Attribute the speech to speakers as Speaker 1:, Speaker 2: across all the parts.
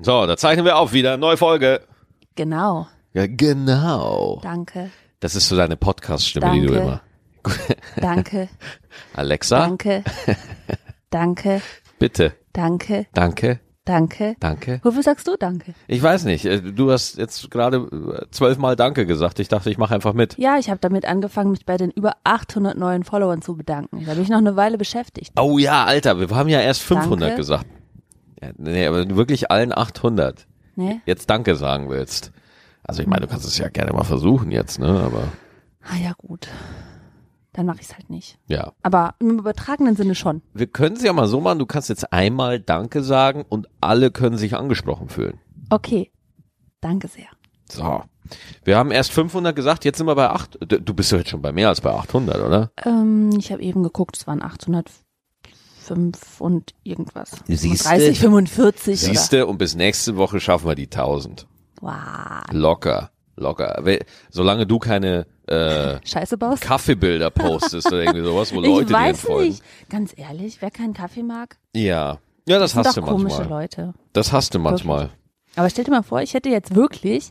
Speaker 1: So, da zeichnen wir auf wieder. Neue Folge.
Speaker 2: Genau.
Speaker 1: Ja, genau.
Speaker 2: Danke.
Speaker 1: Das ist so deine Podcast-Stimme, die du
Speaker 2: Danke.
Speaker 1: immer.
Speaker 2: Danke.
Speaker 1: Ah. Alexa,
Speaker 2: Danke. Danke.
Speaker 1: bitte.
Speaker 2: Danke.
Speaker 1: Danke,
Speaker 2: Danke.
Speaker 1: danke.
Speaker 2: Wofür sagst du Danke?
Speaker 1: Ich weiß nicht. äh, Du hast jetzt gerade äh, zwölfmal Danke gesagt. Ich dachte, ich mache einfach mit.
Speaker 2: Ja, ich habe damit angefangen, mich bei den über 800 neuen Followern zu bedanken. Da bin ich noch eine Weile beschäftigt.
Speaker 1: Oh ja, Alter, wir haben ja erst 500
Speaker 2: Danke.
Speaker 1: gesagt. Ja, nee, aber wirklich allen 800.
Speaker 2: Ne?
Speaker 1: Jetzt Danke sagen willst. Also ich meine, du kannst es ja gerne mal versuchen jetzt, ne? Aber
Speaker 2: Ah ja, gut. Dann mache ich es halt nicht.
Speaker 1: ja.
Speaker 2: Aber im übertragenen Sinne schon.
Speaker 1: Wir können es ja mal so machen, du kannst jetzt einmal Danke sagen und alle können sich angesprochen fühlen.
Speaker 2: Okay. Danke sehr.
Speaker 1: So. Wir haben erst 500 gesagt, jetzt sind wir bei 8. Du du bist doch jetzt schon bei mehr als bei 800, oder?
Speaker 2: Ähm, ich habe eben geguckt, es waren 805 und irgendwas.
Speaker 1: Siehste?
Speaker 2: 30, 45
Speaker 1: Siehste, und bis nächste Woche schaffen wir die 1000.
Speaker 2: oder. Wow.
Speaker 1: Locker, locker. We- Solange du keine äh,
Speaker 2: Scheiße baust.
Speaker 1: Kaffeebilder postest oder irgendwie sowas, wo
Speaker 2: ich
Speaker 1: Leute dir
Speaker 2: weiß
Speaker 1: folgen.
Speaker 2: nicht. Ganz ehrlich, wer keinen Kaffee mag,
Speaker 1: Ja. Ja, das,
Speaker 2: sind
Speaker 1: hast
Speaker 2: doch
Speaker 1: du
Speaker 2: komische
Speaker 1: manchmal.
Speaker 2: Leute.
Speaker 1: Das hast du manchmal.
Speaker 2: Aber stell dir mal vor, ich hätte jetzt wirklich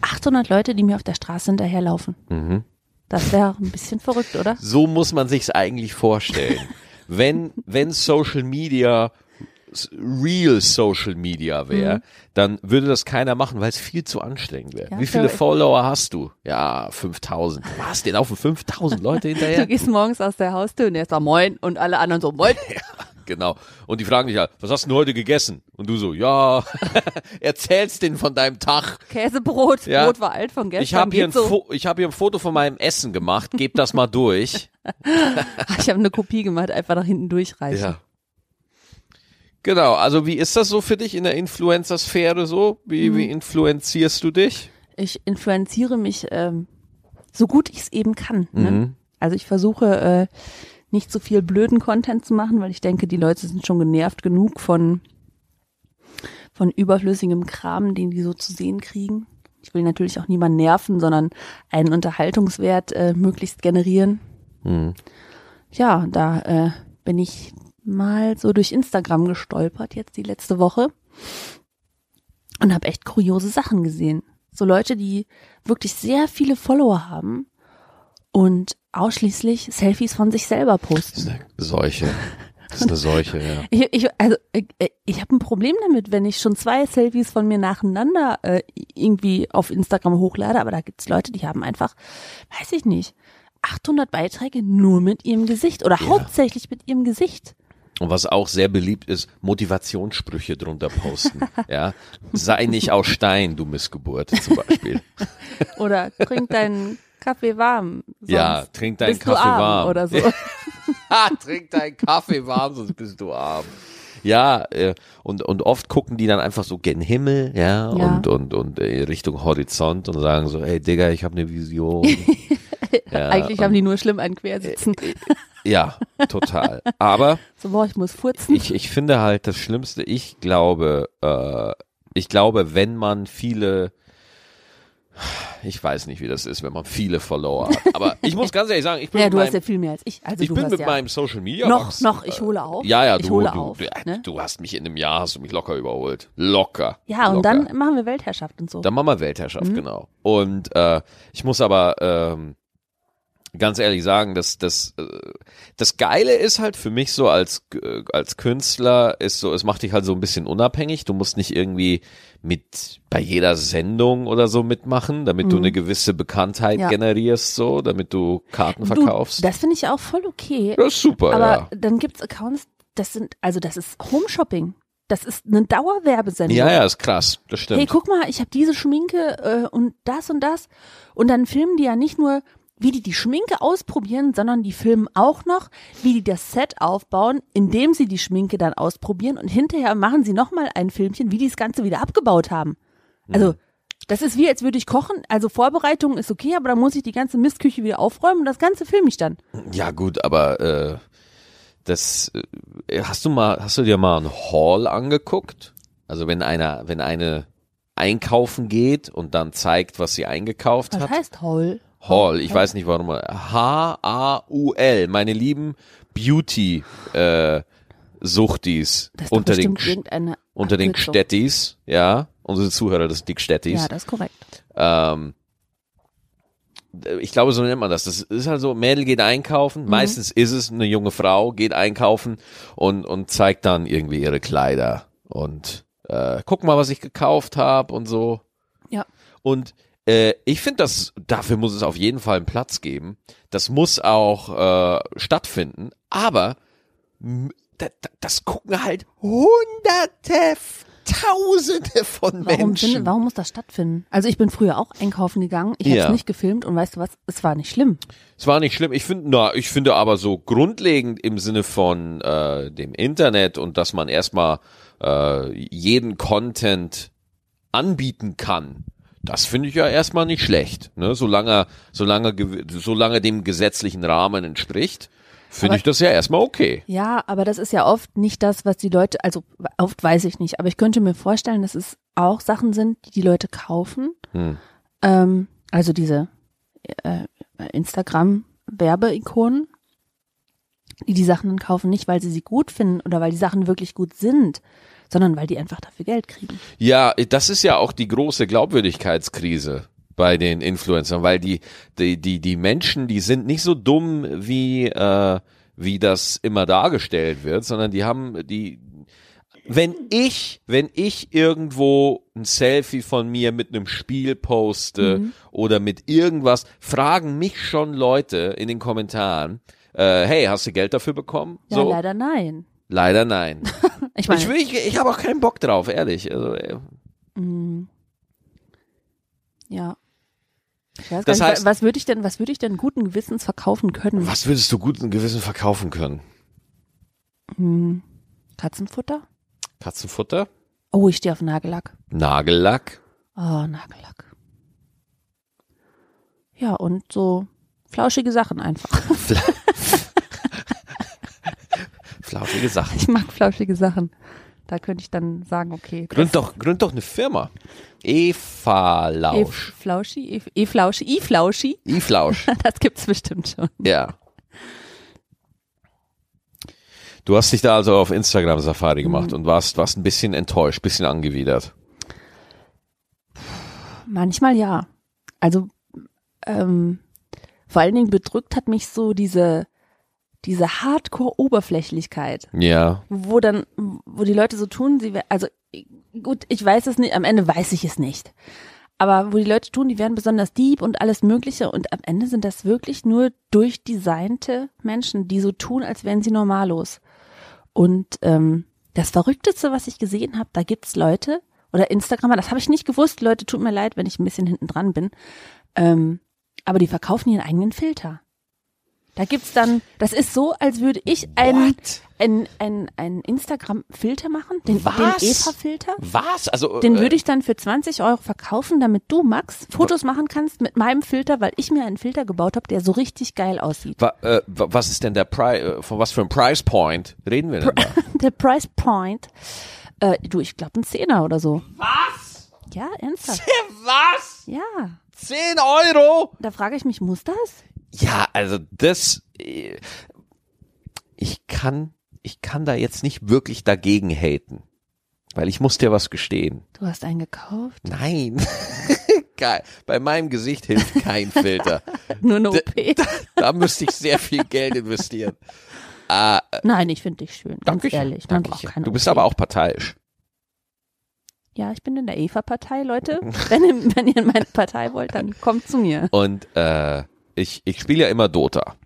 Speaker 2: 800 Leute, die mir auf der Straße hinterherlaufen.
Speaker 1: Mhm.
Speaker 2: Das wäre ein bisschen verrückt, oder?
Speaker 1: So muss man sich's eigentlich vorstellen. wenn, wenn Social Media s- real Social Media wäre, dann würde das keiner machen, weil es viel zu anstrengend wäre.
Speaker 2: Mhm. Ja,
Speaker 1: Wie viele
Speaker 2: so-
Speaker 1: Follower hast du? Ja, 5000. Was? Den laufen 5000 Leute
Speaker 2: Du
Speaker 1: hinterher?
Speaker 2: gehst morgens aus der Haustür und erst mal moin und alle anderen so moin.
Speaker 1: Genau. Und die fragen dich halt, was hast du denn heute gegessen? Und du so, ja, erzählst denen von deinem Tag.
Speaker 2: Käsebrot,
Speaker 1: Ja.
Speaker 2: Brot war alt von gestern.
Speaker 1: Ich habe hier,
Speaker 2: geht
Speaker 1: ein
Speaker 2: so.
Speaker 1: Fo- ich hab hier ein Foto von meinem Essen gemacht, geb das mal durch.
Speaker 2: Ich habe eine Kopie gemacht, einfach nach hinten durchreichen.
Speaker 1: Genau, also wie ist das so für dich in der Influencer-Sphäre so? Wie,
Speaker 2: Mhm.
Speaker 1: wie influenzierst du dich?
Speaker 2: Ich influenziere mich ähm, so gut ich es eben kann. Ne? Also ich versuche äh, nicht so viel blöden Content zu machen, weil ich denke, die Leute sind schon genervt genug von, von überflüssigem Kram, den die so zu sehen kriegen. Ich will natürlich auch niemanden nerven, sondern einen Unterhaltungswert äh, möglichst generieren. Ja, da äh, bin ich mal so durch Instagram gestolpert jetzt die letzte Woche und habe echt kuriose Sachen gesehen. So Leute, die wirklich sehr viele Follower haben und ausschließlich Selfies von sich selber posten.
Speaker 1: eine Seuche. Das ist eine Seuche, ja.
Speaker 2: Ich, ich, also, äh, äh, ich habe ein Problem damit, wenn ich schon zwei Selfies von mir nacheinander äh, irgendwie auf Instagram hochlade, aber da gibt's Leute, die haben einfach, weiß ich nicht, 800 Beiträge nur mit ihrem Gesicht oder hauptsächlich mit ihrem Gesicht.
Speaker 1: Und was auch sehr beliebt ist, Motivationssprüche drunter posten. ja. Sei nicht aus Stein, du Missgeburt zum Beispiel.
Speaker 2: Oder trink deinen Kaffee warm. Sonst
Speaker 1: Ja, trink deinen
Speaker 2: bist
Speaker 1: Kaffee
Speaker 2: du arm
Speaker 1: warm.
Speaker 2: Oder so.
Speaker 1: Ha, trink deinen Kaffee warm, sonst bist du arm. Ja, äh, und, und oft gucken die dann einfach so gen Himmel, ja,
Speaker 2: Ja.
Speaker 1: und, und, und äh, Richtung Horizont und sagen so, ey Digga, ich habe eine Vision. ja,
Speaker 2: Eigentlich
Speaker 1: und,
Speaker 2: haben die nur schlimm einen Quersitzen.
Speaker 1: Äh, ja, total. Aber
Speaker 2: So, boah, ich muss furzen.
Speaker 1: ich, ich finde halt das Schlimmste, ich glaube, äh, ich glaube, wenn man viele, ich weiß nicht, wie das ist, wenn man viele Follower hat. Aber ich muss ganz ehrlich sagen, ich bin
Speaker 2: Ja,
Speaker 1: mit
Speaker 2: du hast ja
Speaker 1: meinem,
Speaker 2: viel mehr als ich. Also
Speaker 1: ich
Speaker 2: du
Speaker 1: bin
Speaker 2: hast
Speaker 1: mit
Speaker 2: ja
Speaker 1: meinem Social Media
Speaker 2: noch,
Speaker 1: Wachs-
Speaker 2: noch, ich hole auf.
Speaker 1: Ja, ja,
Speaker 2: ich
Speaker 1: du,
Speaker 2: hole
Speaker 1: du,
Speaker 2: auf.
Speaker 1: du,
Speaker 2: ne?
Speaker 1: du hast mich in einem Jahr, hast du mich locker überholt. Locker.
Speaker 2: Ja, und
Speaker 1: locker.
Speaker 2: dann Mhm. machen wir Weltherrschaft und so.
Speaker 1: Dann machen wir Weltherrschaft, genau. Und äh, ich muss aber ähm, ganz ehrlich sagen, dass das äh, das Geile ist halt für mich so als äh, als Künstler ist so, es macht dich halt so ein bisschen unabhängig. Du musst nicht irgendwie mit bei jeder Sendung oder so mitmachen, damit du eine gewisse Bekanntheit
Speaker 2: Mhm. Ja.
Speaker 1: generierst, so, damit du Karten verkaufst.
Speaker 2: Du, das finde ich auch voll okay.
Speaker 1: das ist super, ja.
Speaker 2: aber dann gibt's Accounts, das sind, also das ist Home Shopping. Das ist eine Dauerwerbesendung.
Speaker 1: Ja, ja, ist krass, das stimmt.
Speaker 2: Hey, guck mal, ich habe diese Schminke äh, und das und das. Und dann filmen die ja nicht nur, wie die die Schminke ausprobieren, sondern die filmen auch noch, wie die das Set aufbauen, indem sie die Schminke dann ausprobieren. Und hinterher machen sie nochmal ein Filmchen, wie die das Ganze wieder abgebaut haben.
Speaker 1: Mhm.
Speaker 2: Also, das ist wie, als würde ich kochen. Also Vorbereitung ist okay, aber dann muss ich die ganze Mistküche wieder aufräumen und das Ganze filme ich dann.
Speaker 1: Ja gut, aber äh, das äh, hast du mal, hast du dir mal einen Haul angeguckt? Also wenn einer, wenn eine einkaufen geht und dann zeigt, was sie eingekauft
Speaker 2: Was
Speaker 1: hat.
Speaker 2: heißt Haul?
Speaker 1: Haul, ich weiß nicht warum. H A U L, meine lieben Beauty äh, Suchtis
Speaker 2: Das ist doch
Speaker 1: unter den
Speaker 2: bestimmt
Speaker 1: Sch-
Speaker 2: irgendeine
Speaker 1: unter
Speaker 2: Ach,
Speaker 1: den
Speaker 2: geht so.
Speaker 1: Gstettis, ja, unsere Zuhörer, das sind die Gstettis.
Speaker 2: Ja, das ist korrekt.
Speaker 1: Ähm, ich glaube, so nennt man das. Das ist halt so, Mädel geht
Speaker 2: Mhm.
Speaker 1: einkaufen. Meistens ist es eine junge Frau, geht einkaufen und, und zeigt dann irgendwie ihre Kleider. Und äh, guck mal, was ich gekauft habe und so.
Speaker 2: Ja.
Speaker 1: Und äh, ich finde, das dafür muss es auf jeden Fall einen Platz geben. Das muss auch äh, stattfinden. Aber m- da, da, das gucken halt Hunderte, Tausende von
Speaker 2: Warum,
Speaker 1: Menschen.
Speaker 2: finde, warum muss das stattfinden? Also ich bin früher auch einkaufen gegangen, ich habe es
Speaker 1: Ja.
Speaker 2: nicht gefilmt und weißt du was, es war nicht schlimm.
Speaker 1: Es war nicht schlimm. Ich finde, na, ich finde aber so grundlegend im Sinne von äh, dem Internet und dass man erstmal äh, jeden Content anbieten kann. Das finde ich ja erstmal nicht schlecht, ne? Solange, er- solange, gew- solange dem gesetzlichen Rahmen entspricht, finde
Speaker 2: Aber-
Speaker 1: ich das ja erstmal okay.
Speaker 2: Ja, aber das ist ja oft nicht das, was die Leute, also oft weiß ich nicht, aber ich könnte mir vorstellen, dass es auch Sachen sind, die die Leute kaufen.
Speaker 1: Hm.
Speaker 2: Ähm, also diese äh, Instagram-Werbeikonen, die die Sachen dann kaufen, nicht weil sie sie gut finden oder weil die Sachen wirklich gut sind, sondern weil die einfach dafür Geld kriegen.
Speaker 1: Ja, das ist ja auch die große Glaubwürdigkeitskrise bei den Influencern, weil die, die, die, die Menschen, die sind nicht so dumm, wie, äh, wie das immer dargestellt wird, sondern die haben, die, wenn ich, wenn ich irgendwo ein Selfie von mir mit einem Spiel poste
Speaker 2: Mhm.
Speaker 1: oder mit irgendwas, fragen mich schon Leute in den Kommentaren, äh, hey, hast du Geld dafür bekommen?
Speaker 2: Ja,
Speaker 1: so,
Speaker 2: leider nein.
Speaker 1: leider nein.
Speaker 2: Ich meine,
Speaker 1: ich will, ich, ich habe auch keinen Bock drauf, ehrlich. Also, äh,
Speaker 2: Mm. Ja. Ich weiß
Speaker 1: Das
Speaker 2: gar nicht,
Speaker 1: heißt-
Speaker 2: wa- was würde ich denn, was würde ich denn guten Gewissens verkaufen können?
Speaker 1: Was würdest du guten Gewissen verkaufen können?
Speaker 2: Hm. Katzenfutter?
Speaker 1: Katzenfutter?
Speaker 2: Oh, ich stehe auf Nagellack.
Speaker 1: Nagellack?
Speaker 2: Oh, Nagellack. Ja, und so flauschige Sachen einfach.
Speaker 1: Flauschige Sachen.
Speaker 2: Ich mag flauschige Sachen. Da könnte ich dann sagen, okay.
Speaker 1: Gründ doch, gründ doch eine Firma. Eva
Speaker 2: E
Speaker 1: Lausch.
Speaker 2: Flauschi, E- E Flauschi, I Flauschi.
Speaker 1: E-Flausch.
Speaker 2: Das gibt's bestimmt schon.
Speaker 1: ja. Du hast dich da also auf Instagram Safari gemacht und warst, warst ein bisschen enttäuscht, bisschen angewidert.
Speaker 2: Manchmal ja. Also ähm, vor allen Dingen bedrückt hat mich so diese, diese Hardcore-Oberflächlichkeit,
Speaker 1: Ja.
Speaker 2: wo dann, wo die Leute so tun, sie wär- also ich- gut, ich weiß es nicht, am Ende weiß ich es nicht. Aber wo die Leute tun, die wären besonders deep und alles Mögliche und am Ende sind das wirklich nur durchdesignte Menschen, die so tun, als wären sie normalos. Und ähm, das Verrückteste, was ich gesehen habe, da gibt's Leute oder Instagramer, das habe ich nicht gewusst, Leute, tut mir leid, wenn ich ein bisschen hinten dran bin, ähm, aber die verkaufen ihren eigenen Filter. Da gibt's dann, das ist so, als würde ich einen,
Speaker 1: What?
Speaker 2: einen, einen, einen Instagram-Filter machen, den, den
Speaker 1: Was?
Speaker 2: Eva-Filter.
Speaker 1: Was? Also,
Speaker 2: Den
Speaker 1: äh,
Speaker 2: würde ich dann für 20 Euro verkaufen, damit du, Max, Fotos machen kannst mit meinem Filter, weil ich mir einen Filter gebaut habe, der so richtig geil aussieht.
Speaker 1: wa, äh, wa- was ist denn der Pri äh, von was für einem Price Point reden wir denn da?
Speaker 2: Der Price Point. Äh, du, ich glaube, ein Zehner oder so.
Speaker 1: Was?
Speaker 2: Ja, ernsthaft.
Speaker 1: Was?
Speaker 2: Ja.
Speaker 1: 10 Euro?
Speaker 2: Da frage ich mich, muss das?
Speaker 1: Ja, also das, äh, ich kann, ich kann da jetzt nicht wirklich dagegen haten, weil ich muss dir was gestehen.
Speaker 2: Du hast einen gekauft.
Speaker 1: Nein, geil. Bei meinem Gesicht hilft kein Filter.
Speaker 2: Nur eine OP.
Speaker 1: Da müsste ich sehr viel Geld investieren.
Speaker 2: Nein, ich finde dich schön. Ganz
Speaker 1: Dankeschön,
Speaker 2: ehrlich. Man braucht
Speaker 1: Dankeschön.
Speaker 2: keine
Speaker 1: Du bist
Speaker 2: OP.
Speaker 1: aber auch parteiisch.
Speaker 2: Ja, ich bin in der Eva-Partei, Leute. Wenn ihr, wenn ihr in meine Partei wollt, dann kommt zu mir.
Speaker 1: Und äh, ich, ich spiele ja immer Dota.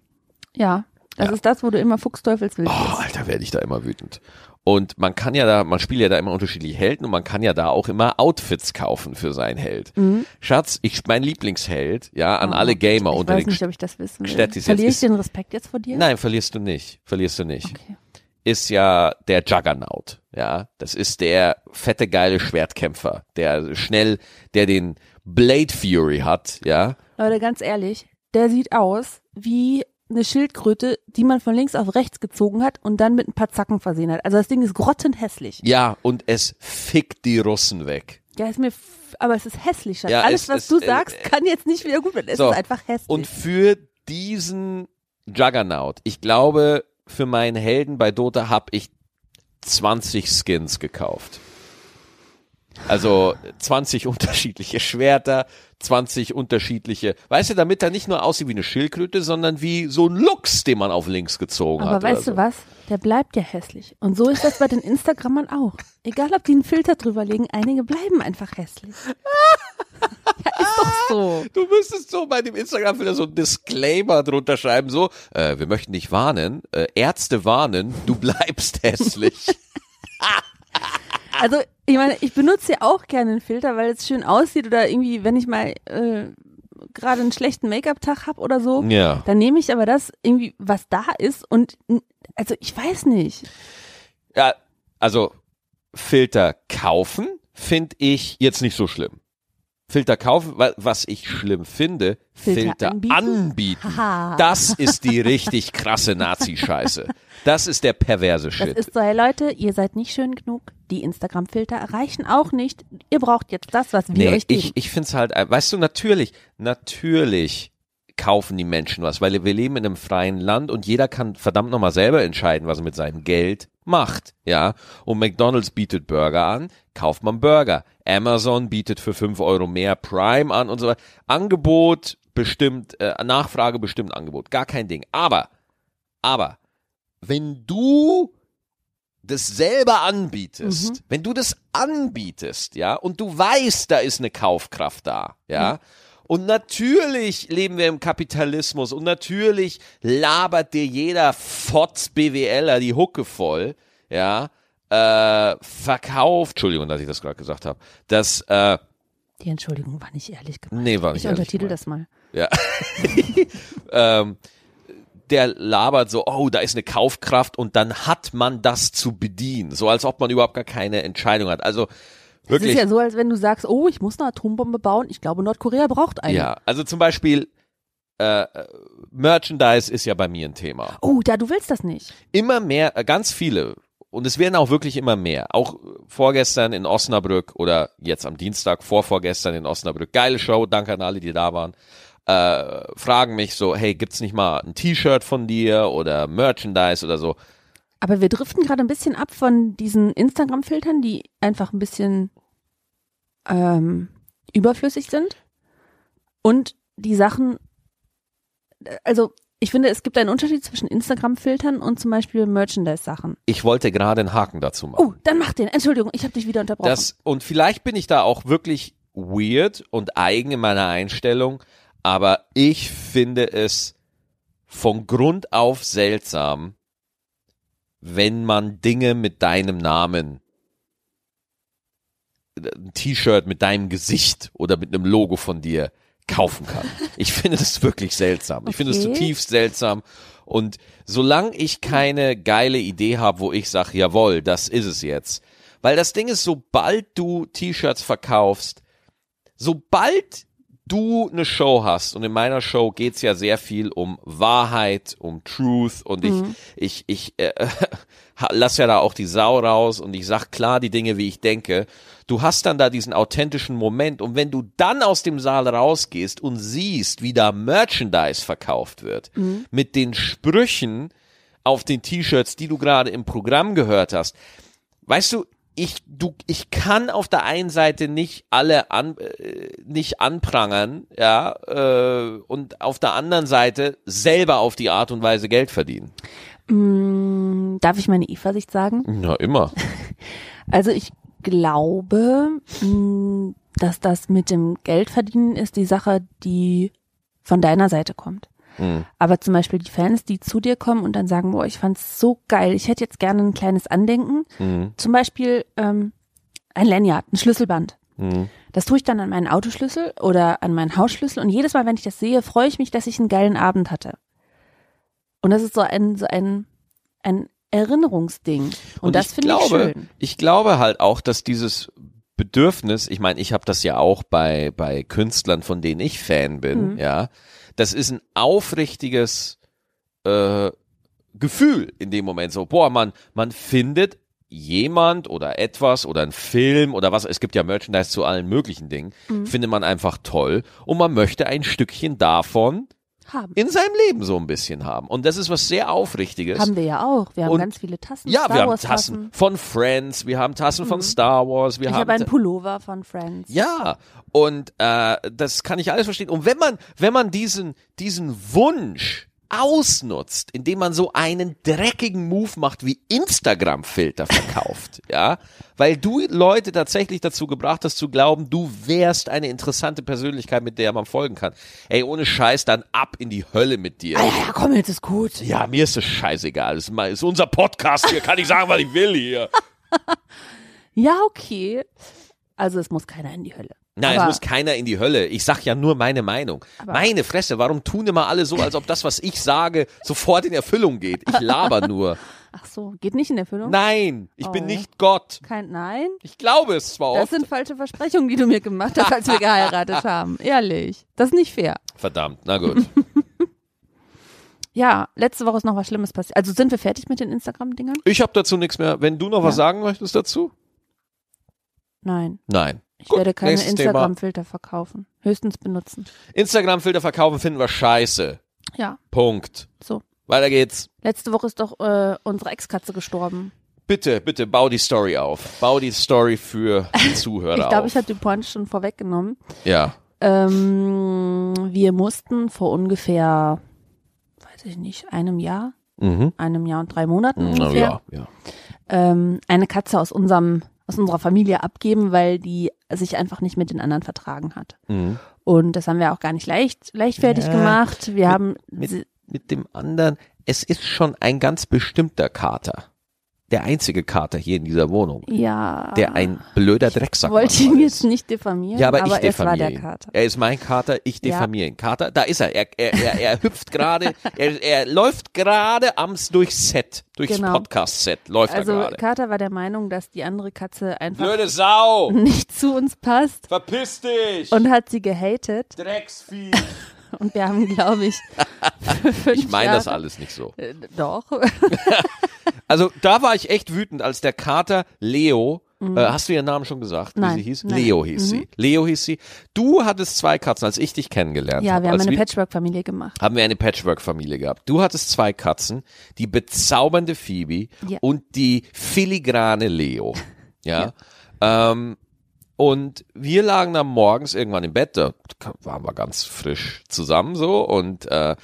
Speaker 2: Ja. Das ist das, wo du immer Fuchsteufelswild
Speaker 1: Oh, Alter, werde ich da immer wütend. Und man kann ja da, man spielt ja da immer unterschiedliche Helden und man kann ja da auch immer Outfits kaufen für seinen Held. Schatz, ich mein Lieblingsheld, ja, an
Speaker 2: Oh,
Speaker 1: alle Gamer
Speaker 2: Mhm. ich
Speaker 1: unter
Speaker 2: weiß
Speaker 1: den
Speaker 2: nicht,
Speaker 1: St-
Speaker 2: ob ich das wissen will.
Speaker 1: Städtis jetzt
Speaker 2: Verliere ich
Speaker 1: ist-
Speaker 2: den Respekt jetzt vor dir?
Speaker 1: Nein, verlierst du nicht. Verlierst du nicht.
Speaker 2: Okay.
Speaker 1: Ist ja der Juggernaut, ja. Das ist der fette, geile Schwertkämpfer, der schnell, der den Blade Fury hat, ja.
Speaker 2: Leute, ganz ehrlich, der sieht aus wie eine Schildkröte, die man von links auf rechts gezogen hat und dann mit ein paar Zacken versehen hat. Also das Ding ist grottenhässlich.
Speaker 1: Ja, und es fickt die Russen weg.
Speaker 2: Ja, ist mir, f- aber es ist hässlich. Schatz.
Speaker 1: Ja,
Speaker 2: Alles,
Speaker 1: es
Speaker 2: was
Speaker 1: ist-
Speaker 2: du
Speaker 1: äh,
Speaker 2: sagst, kann jetzt nicht wieder gut werden. Es
Speaker 1: so.
Speaker 2: ist einfach hässlich.
Speaker 1: Und für diesen Juggernaut, ich glaube, für meinen Helden bei Dota habe ich 20 Skins gekauft. Also 20 unterschiedliche Schwerter, 20 unterschiedliche, weißt du, damit er nicht nur aussieht wie eine Schildkröte, sondern wie so ein Luchs, den man auf links gezogen
Speaker 2: Aber
Speaker 1: hat.
Speaker 2: weißt
Speaker 1: oder
Speaker 2: du was? Der bleibt ja hässlich. Und so ist das bei den Instagrammern auch. Egal, ob die einen Filter drüber legen, einige bleiben einfach hässlich. ja, ist doch so.
Speaker 1: so. Du müsstest so bei dem Instagram wieder so ein Disclaimer drunter schreiben, so, äh, wir möchten dich warnen, äh, Ärzte warnen, du bleibst hässlich.
Speaker 2: Also, ich meine, ich benutze ja auch gerne einen Filter, weil es schön aussieht oder irgendwie, wenn ich mal äh, gerade einen schlechten Make-up-Tag habe oder so,
Speaker 1: ja.
Speaker 2: dann nehme ich aber das irgendwie, was da ist und also ich weiß nicht.
Speaker 1: Ja, also Filter kaufen finde ich jetzt nicht so schlimm. Filter kaufen, wa- was ich schlimm finde,
Speaker 2: Filter
Speaker 1: Filter,
Speaker 2: anbieten?
Speaker 1: anbieten.
Speaker 2: Haha.
Speaker 1: Das ist die richtig krasse Nazi-Scheiße. Das ist der perverse
Speaker 2: Das
Speaker 1: Shit.
Speaker 2: ist so, hey Leute, ihr seid nicht schön genug. Die Instagram-Filter erreichen auch nicht. Ihr braucht jetzt das, was wir
Speaker 1: nee,
Speaker 2: euch geben.
Speaker 1: ich, ich finde es halt, ein- weißt du, natürlich, natürlich kaufen die Menschen was, weil wir leben in einem freien Land und jeder kann verdammt nochmal selber entscheiden, was er mit seinem Geld macht, ja. Und McDonalds bietet Burger an, kauft man Burger. Amazon bietet für 5 Euro mehr Prime an und so weiter. Angebot bestimmt, äh, Nachfrage bestimmt Angebot. Gar kein Ding. Aber, aber, wenn du das selber anbietest,
Speaker 2: Mhm.
Speaker 1: wenn du das anbietest, ja, und du weißt, da ist eine Kaufkraft da, ja,
Speaker 2: Mhm.
Speaker 1: und natürlich leben wir im Kapitalismus und natürlich labert dir jeder Fotz BWLer die Hucke voll, ja, äh, verkauft, Entschuldigung, dass ich das gerade gesagt habe, dass, äh,
Speaker 2: Die Entschuldigung war nicht ehrlich gemeint.
Speaker 1: nee, war nicht
Speaker 2: ich
Speaker 1: ehrlich
Speaker 2: untertitel
Speaker 1: gemeint.
Speaker 2: das mal.
Speaker 1: Ja. ähm, der labert so, oh, da ist eine Kaufkraft und dann hat man das zu bedienen. So als ob man überhaupt gar keine Entscheidung hat. Also
Speaker 2: Es ist
Speaker 1: wirklich.
Speaker 2: ja so, als wenn du sagst, oh, ich muss eine Atombombe bauen. Ich glaube, Nordkorea braucht eine.
Speaker 1: ja, also zum Beispiel äh, äh, Merchandise ist ja bei mir ein Thema.
Speaker 2: Oh, da du willst das nicht.
Speaker 1: immer mehr, äh, ganz viele, und es werden auch wirklich immer mehr, auch äh, vorgestern in Osnabrück oder jetzt am Dienstag, vorvorgestern in Osnabrück, geile Show, danke an alle, die da waren, äh, fragen mich so, hey, gibt's nicht mal ein T-Shirt von dir oder Merchandise oder so?
Speaker 2: Aber wir driften gerade ein bisschen ab von diesen Instagram-Filtern, die einfach ein bisschen ähm, überflüssig sind. Und die Sachen, also ich finde, es gibt einen Unterschied zwischen Instagram-Filtern und zum Beispiel Merchandise-Sachen.
Speaker 1: Ich wollte gerade einen Haken dazu machen.
Speaker 2: Oh, dann mach den. Entschuldigung, ich habe dich wieder unterbrochen.
Speaker 1: Das, und vielleicht bin ich da auch wirklich weird und eigen in meiner Einstellung, aber ich finde es von Grund auf seltsam, wenn man Dinge mit deinem Namen, ein T-Shirt mit deinem Gesicht oder mit einem Logo von dir kaufen kann. Ich finde das wirklich seltsam. Ich finde es
Speaker 2: Okay.
Speaker 1: zutiefst seltsam. Und solange ich keine geile Idee habe, wo ich sage, jawohl, das ist es jetzt. Weil das Ding ist, sobald du T-Shirts verkaufst, sobald du eine Show hast, und in meiner Show geht's ja sehr viel um Wahrheit, um Truth, und ich, ich, ich äh, ha- lass ja da auch die Sau raus und ich sag klar die Dinge, wie ich denke. Du hast dann da diesen authentischen Moment und wenn du dann aus dem Saal rausgehst und siehst, wie da Merchandise verkauft wird, mit den Sprüchen auf den T-Shirts, die du gerade im Programm gehört hast, weißt du, ich, du, ich kann auf der einen Seite nicht alle an, äh, nicht anprangern, ja, äh, und auf der anderen Seite selber auf die Art und Weise Geld verdienen.
Speaker 2: Mm, darf ich meine Eva-Sicht sagen?
Speaker 1: Na, immer.
Speaker 2: Also ich glaube, mh, dass das mit dem Geldverdienen ist die Sache, die von deiner Seite kommt.
Speaker 1: Mhm.
Speaker 2: Aber zum Beispiel die Fans, die zu dir kommen und dann sagen, boah, ich fand's so geil, ich hätte jetzt gerne ein kleines Andenken.
Speaker 1: Mhm.
Speaker 2: Zum Beispiel ähm, ein Lanyard, ein Schlüsselband.
Speaker 1: Mhm.
Speaker 2: Das tue ich dann an meinen Autoschlüssel oder an meinen Hausschlüssel und jedes Mal, wenn ich das sehe, freue ich mich, dass ich einen geilen Abend hatte. Und das ist so ein, so ein, ein Erinnerungsding. Und, das finde ich
Speaker 1: glaube,
Speaker 2: schön.
Speaker 1: Ich glaube halt auch, dass dieses Bedürfnis, ich meine, ich habe das ja auch bei, bei Künstlern, von denen ich Fan bin,
Speaker 2: Mhm.
Speaker 1: ja, das ist ein aufrichtiges äh, Gefühl in dem Moment. So, boah, man, man findet jemand oder etwas oder ein Film oder was, es gibt ja Merchandise
Speaker 2: Mhm.
Speaker 1: zu allen möglichen Dingen, findet man einfach toll und man möchte ein Stückchen davon
Speaker 2: Haben.
Speaker 1: in seinem Leben so ein bisschen haben. Und das ist was sehr Aufrichtiges.
Speaker 2: Haben wir ja auch. Wir haben
Speaker 1: Und-
Speaker 2: ganz viele Tassen.
Speaker 1: ja,
Speaker 2: Star
Speaker 1: wir haben
Speaker 2: Wars
Speaker 1: Tassen von Friends, wir haben Tassen von Star Wars, wir
Speaker 2: Ich
Speaker 1: haben
Speaker 2: habe einen Pullover von Friends.
Speaker 1: Ja, und äh, das kann ich alles verstehen. Und wenn man, wenn man diesen, diesen Wunsch ausnutzt, indem man so einen dreckigen Move macht wie Instagram-Filter verkauft, ja, weil du Leute tatsächlich dazu gebracht hast zu glauben, du wärst eine interessante Persönlichkeit, mit der man folgen kann. Ey, ohne Scheiß, dann ab in die Hölle mit dir.
Speaker 2: Ah, ja, ja, komm, jetzt ist gut.
Speaker 1: Ja, mir ist es scheißegal. Es ist mein- ist unser Podcast hier. Kann ich sagen, was ich will hier.
Speaker 2: Ja, okay. Also es muss keiner in die Hölle.
Speaker 1: Nein, es
Speaker 2: Aber-
Speaker 1: muss keiner in die Hölle. Ich sag ja nur meine Meinung. Meine Fresse, warum tun immer alle so, als ob das, was ich sage, sofort in Erfüllung geht? Ich laber nur.
Speaker 2: Ach so, geht nicht in Erfüllung?
Speaker 1: Nein, ich bin
Speaker 2: Oh.
Speaker 1: nicht Gott.
Speaker 2: Kein Nein?
Speaker 1: Ich glaube es zwar
Speaker 2: Das
Speaker 1: oft.
Speaker 2: sind falsche Versprechungen, die du mir gemacht hast, als wir geheiratet haben. Ehrlich. Das ist nicht fair.
Speaker 1: Verdammt, na gut.
Speaker 2: Ja, letzte Woche ist noch was Schlimmes passiert. Also sind wir fertig mit den Instagram-Dingern?
Speaker 1: Ich habe dazu nichts mehr. Wenn du noch was
Speaker 2: Ja.
Speaker 1: sagen möchtest dazu?
Speaker 2: Nein.
Speaker 1: Nein.
Speaker 2: Ich
Speaker 1: Gut,
Speaker 2: werde keine
Speaker 1: nächstes Thema.
Speaker 2: Instagram-Filter verkaufen. Höchstens benutzen.
Speaker 1: Instagram-Filter verkaufen finden wir scheiße.
Speaker 2: Ja,
Speaker 1: Punkt.
Speaker 2: so.
Speaker 1: Weiter geht's.
Speaker 2: Letzte Woche ist doch äh, unsere Ex-Katze gestorben.
Speaker 1: Bitte, bitte, bau die Story auf. Bau die Story für die Zuhörer
Speaker 2: ich glaube,
Speaker 1: auf.
Speaker 2: ich habe die Pointe schon vorweggenommen.
Speaker 1: ja.
Speaker 2: Ähm, wir mussten vor ungefähr, weiß ich nicht, einem Jahr,
Speaker 1: Mhm.
Speaker 2: einem Jahr und drei Monaten
Speaker 1: Na,
Speaker 2: ungefähr,
Speaker 1: Hm, ja, ja.
Speaker 2: ähm, eine Katze aus unserem aus unserer Familie abgeben, weil die sich einfach nicht mit den anderen vertragen hat.
Speaker 1: Mhm.
Speaker 2: Und das haben wir auch gar nicht leicht, leichtfertig
Speaker 1: Ja,
Speaker 2: gemacht. Wir haben sie-
Speaker 1: mit, mit dem anderen, es ist schon ein ganz bestimmter Kater. Der einzige Kater hier in dieser Wohnung,
Speaker 2: ja,
Speaker 1: der ein blöder Drecksack
Speaker 2: wollte
Speaker 1: manchmal
Speaker 2: ihn
Speaker 1: ist.
Speaker 2: jetzt nicht diffamieren,
Speaker 1: Ja, aber, ich
Speaker 2: es war
Speaker 1: diffamiere
Speaker 2: der
Speaker 1: ihn.
Speaker 2: Kater.
Speaker 1: Er ist mein Kater, ich
Speaker 2: Ja.
Speaker 1: diffamiere ihn. Kater, da ist er. Er, er, er, er hüpft gerade, er, er läuft gerade ams durchs Set, durchs
Speaker 2: Genau.
Speaker 1: Podcast-Set läuft er
Speaker 2: Also
Speaker 1: gerade.
Speaker 2: Kater war der Meinung, dass die andere Katze einfach
Speaker 1: Blöde Sau,
Speaker 2: nicht zu uns passt
Speaker 1: verpiss dich,
Speaker 2: und hat sie gehatet.
Speaker 1: Drecksvieh.
Speaker 2: Und wir haben, glaube ich, fünf
Speaker 1: Ich meine
Speaker 2: Jahre,
Speaker 1: das alles nicht so.
Speaker 2: Äh, doch.
Speaker 1: Also da war ich echt wütend, als der Kater Leo, äh, hast du ihren Namen schon gesagt,
Speaker 2: Mhm. Nein,
Speaker 1: wie sie hieß?
Speaker 2: nein. Mhm.
Speaker 1: Leo hieß sie. Leo hieß sie. Du hattest zwei Katzen, als ich dich kennengelernt
Speaker 2: ja,
Speaker 1: habe.
Speaker 2: wir haben
Speaker 1: Als
Speaker 2: eine Patchwork-Familie gemacht.
Speaker 1: haben wir eine Patchwork-Familie gehabt. Du hattest zwei Katzen, die bezaubernde Phoebe
Speaker 2: Ja.
Speaker 1: und die filigrane Leo. Ja. Ähm, und wir lagen dann morgens irgendwann im Bett, da waren wir ganz frisch zusammen so und äh,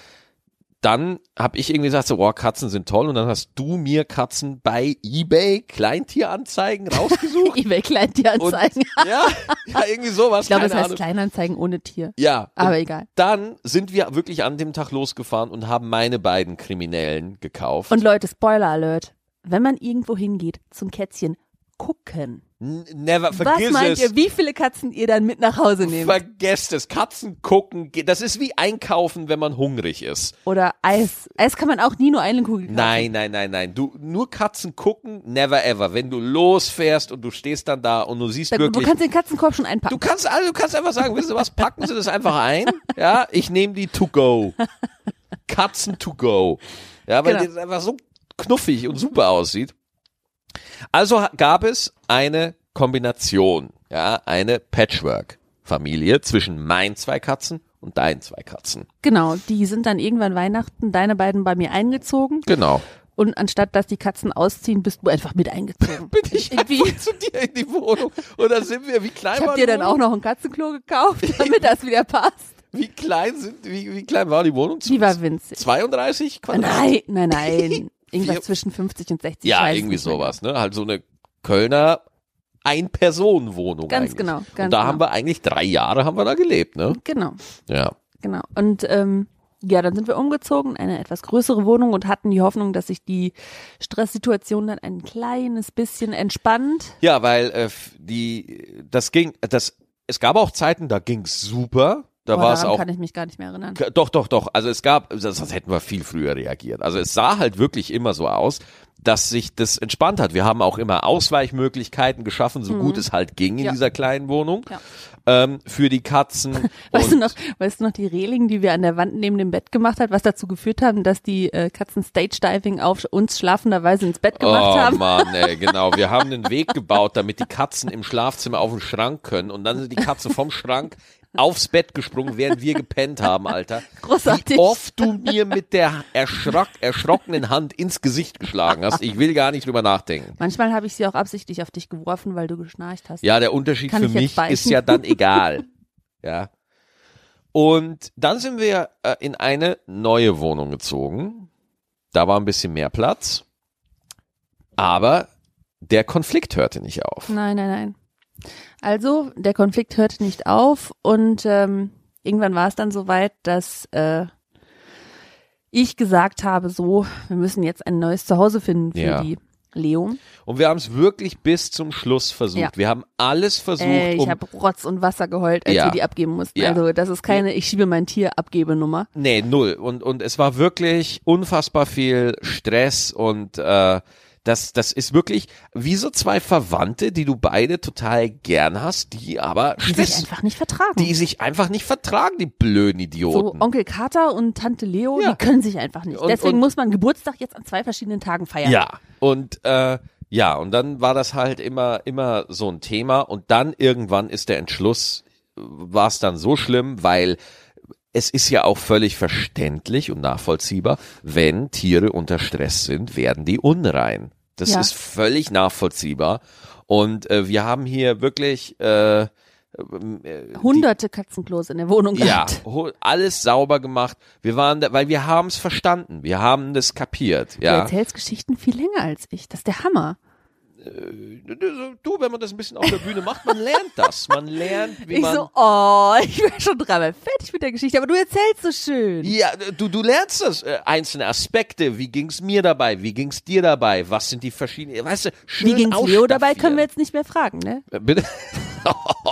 Speaker 1: dann habe ich irgendwie gesagt, so, boah, Katzen sind toll. Und dann hast du mir Katzen bei eBay Kleintieranzeigen rausgesucht.
Speaker 2: eBay Kleinanzeigen. Ich
Speaker 1: ja, ja, irgendwie sowas.
Speaker 2: glaube, es
Speaker 1: keine
Speaker 2: heißt
Speaker 1: Ahnung.
Speaker 2: Kleinanzeigen ohne Tier.
Speaker 1: Ja, und
Speaker 2: Aber egal.
Speaker 1: dann sind wir wirklich an dem Tag losgefahren und haben meine beiden Kriminellen gekauft.
Speaker 2: Und Leute, Spoiler Alert. Wenn man irgendwo hingeht zum Kätzchen, gucken.
Speaker 1: N- Never,
Speaker 2: Was
Speaker 1: vergiss
Speaker 2: meint
Speaker 1: es.
Speaker 2: ihr, wie viele Katzen ihr dann mit nach Hause nehmt?
Speaker 1: Vergesst es. Katzen gucken, ge- das ist wie einkaufen, wenn man hungrig ist.
Speaker 2: Oder Eis. Eis kann man auch nie nur eine Kugel kaufen.
Speaker 1: Nein, nein, nein, nein. Du nur Katzen gucken, never ever. Wenn du losfährst und du stehst dann da und du siehst
Speaker 2: Da, du
Speaker 1: wirklich
Speaker 2: kannst den Katzenkorb schon
Speaker 1: Du
Speaker 2: einpacken.
Speaker 1: kannst also, du kannst einfach sagen, wissen Sie was, packen Sie das einfach ein. Ja, ich nehme die to go. Katzen to go. Ja, weil
Speaker 2: Genau.
Speaker 1: das einfach so knuffig und super aussieht. Also ha- gab es eine Kombination, ja, eine Patchwork Familie zwischen meinen zwei Katzen und deinen zwei Katzen.
Speaker 2: Genau, die sind dann irgendwann Weihnachten, deine beiden bei mir eingezogen.
Speaker 1: Genau.
Speaker 2: Und anstatt dass die Katzen ausziehen, bist du einfach mit eingezogen.
Speaker 1: Bin ich
Speaker 2: Irgendwie-
Speaker 1: einfach zu dir in die Wohnung und da sind wir wie klein
Speaker 2: Ich habe
Speaker 1: war
Speaker 2: dir
Speaker 1: die
Speaker 2: dann auch
Speaker 1: Wohnung?
Speaker 2: noch ein Katzenklo gekauft, damit das wieder passt.
Speaker 1: wie klein sind wie, wie klein war die Wohnung?
Speaker 2: Die war winzig.
Speaker 1: 32 Quadratmeter.
Speaker 2: Nein, nein, nein. Irgendwas
Speaker 1: Vier-
Speaker 2: zwischen 50 und 60.
Speaker 1: Ja,
Speaker 2: Scheiße.
Speaker 1: irgendwie sowas, ne? Halt so eine Kölner Ein-Personen-Wohnung.
Speaker 2: Ganz
Speaker 1: eigentlich.
Speaker 2: genau,
Speaker 1: Und
Speaker 2: ganz
Speaker 1: da
Speaker 2: genau.
Speaker 1: haben wir eigentlich drei Jahre haben wir da gelebt, ne?
Speaker 2: Genau,
Speaker 1: Ja.
Speaker 2: genau. Und ähm, ja, dann sind wir umgezogen in eine etwas größere Wohnung und hatten die Hoffnung, dass sich die Stresssituation dann ein kleines bisschen entspannt.
Speaker 1: Ja, weil äh, f- die, das ging, das, es gab auch Zeiten, da ging's super. Da
Speaker 2: Boah,
Speaker 1: war es
Speaker 2: daran
Speaker 1: auch
Speaker 2: kann ich mich gar nicht mehr erinnern.
Speaker 1: K- Doch, doch, doch. Also es gab, sonst hätten wir viel früher reagiert. Also es sah halt wirklich immer so aus, dass sich das entspannt hat. Wir haben auch immer Ausweichmöglichkeiten geschaffen, so gut es halt ging in
Speaker 2: Mhm. Ja.
Speaker 1: dieser kleinen Wohnung.
Speaker 2: Ja.
Speaker 1: Ähm, für die Katzen.
Speaker 2: Weißt du,
Speaker 1: und
Speaker 2: noch, weißt du noch die Reling, die wir an der Wand neben dem Bett gemacht hat, was dazu geführt haben, dass die äh, Katzen Stage-Diving auf uns schlafenderweise ins Bett gemacht
Speaker 1: oh,
Speaker 2: haben?
Speaker 1: Mann, ey, genau. Wir haben einen Weg gebaut, damit die Katzen im Schlafzimmer auf den Schrank können und dann sind die Katzen vom Schrank aufs Bett gesprungen, während wir gepennt haben, Alter.
Speaker 2: Großartig.
Speaker 1: Wie oft du mir mit der erschrock, erschrockenen Hand ins Gesicht geschlagen hast. Ich will gar nicht drüber nachdenken.
Speaker 2: Manchmal habe ich sie auch absichtlich auf dich geworfen, weil du geschnarcht hast.
Speaker 1: Ja, der Unterschied
Speaker 2: Kann
Speaker 1: für
Speaker 2: ich jetzt
Speaker 1: mich ist
Speaker 2: beichten?
Speaker 1: ja dann egal. Ja. Und dann sind wir äh, in eine neue Wohnung gezogen. Da war ein bisschen mehr Platz. Aber der Konflikt hörte nicht auf.
Speaker 2: Nein, nein, nein. Also, der Konflikt hörte nicht auf und ähm, irgendwann war es dann soweit, dass äh, ich gesagt habe, so, wir müssen jetzt ein neues Zuhause finden für
Speaker 1: Ja.
Speaker 2: die Leo.
Speaker 1: Und wir haben es wirklich bis zum Schluss versucht.
Speaker 2: Ja.
Speaker 1: Wir haben alles versucht,
Speaker 2: Äh, ich
Speaker 1: um.
Speaker 2: habe Rotz und Wasser geheult, als
Speaker 1: Ja.
Speaker 2: wir die abgeben mussten.
Speaker 1: Ja.
Speaker 2: Also, das ist keine ich schiebe mein Tier abgebe Nummer.
Speaker 1: Nee, null. Und, und es war wirklich unfassbar viel Stress und äh, das, das ist wirklich wie so zwei Verwandte, die du beide total gern hast, die aber
Speaker 2: Die sich
Speaker 1: Stress,
Speaker 2: einfach nicht vertragen.
Speaker 1: die sich einfach nicht vertragen, die blöden
Speaker 2: Hm. so
Speaker 1: Idioten.
Speaker 2: Onkel Kater und Tante Leo,
Speaker 1: Ja.
Speaker 2: die können sich einfach nicht.
Speaker 1: Und-
Speaker 2: Deswegen
Speaker 1: und-
Speaker 2: muss man Geburtstag jetzt an zwei verschiedenen Tagen feiern.
Speaker 1: Ja, und äh, ja, und dann war das halt immer, immer so ein Thema und dann irgendwann ist der Entschluss, war es dann so schlimm, weil es ist ja auch völlig verständlich und nachvollziehbar, wenn Tiere unter Stress sind, werden die unrein. Das
Speaker 2: Ja.
Speaker 1: ist völlig nachvollziehbar. Und äh, wir haben hier wirklich äh,
Speaker 2: Hunderte Katzenklos in der Wohnung
Speaker 1: ja,
Speaker 2: gehabt.
Speaker 1: ho- alles sauber gemacht. Wir waren da, weil wir haben es verstanden. Wir haben das kapiert.
Speaker 2: Du
Speaker 1: Ja.
Speaker 2: erzählst Geschichten viel länger als ich. Das ist der Hammer.
Speaker 1: Du, wenn man das ein bisschen auf der Bühne macht, man lernt das. Man lernt, wie
Speaker 2: ich
Speaker 1: man.
Speaker 2: so, oh, ich wäre schon dreimal fertig mit der Geschichte, aber du erzählst so schön.
Speaker 1: ja, du, du lernst das. Äh, einzelne Aspekte. Wie ging's mir dabei? Wie ging's dir dabei? Was sind die verschiedenen. Weißt du, schön
Speaker 2: Wie ging's Leo dabei, können wir
Speaker 1: ausstaffieren.
Speaker 2: jetzt nicht mehr fragen, ne?
Speaker 1: Äh, Bitte.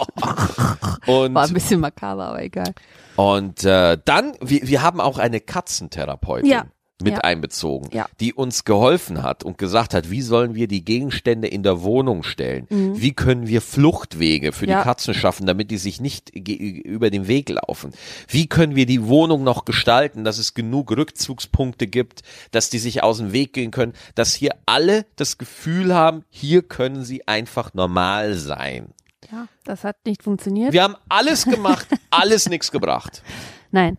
Speaker 1: und
Speaker 2: War ein bisschen makaber, aber egal.
Speaker 1: und äh, dann, wir, wir haben auch eine Katzentherapeutin.
Speaker 2: Ja.
Speaker 1: mit
Speaker 2: Ja.
Speaker 1: einbezogen,
Speaker 2: Ja.
Speaker 1: die uns geholfen hat und gesagt hat, wie sollen wir die Gegenstände in der Wohnung stellen? Wie können wir Fluchtwege für
Speaker 2: Mhm. Ja.
Speaker 1: die Katzen schaffen, damit die sich nicht ge- über den Weg laufen? Wie können wir die Wohnung noch gestalten, dass es genug Rückzugspunkte gibt, dass die sich aus dem Weg gehen können, dass hier alle das Gefühl haben, hier können sie einfach normal sein.
Speaker 2: Ja, das hat nicht funktioniert.
Speaker 1: Wir haben alles gemacht, alles nichts gebracht.
Speaker 2: Nein.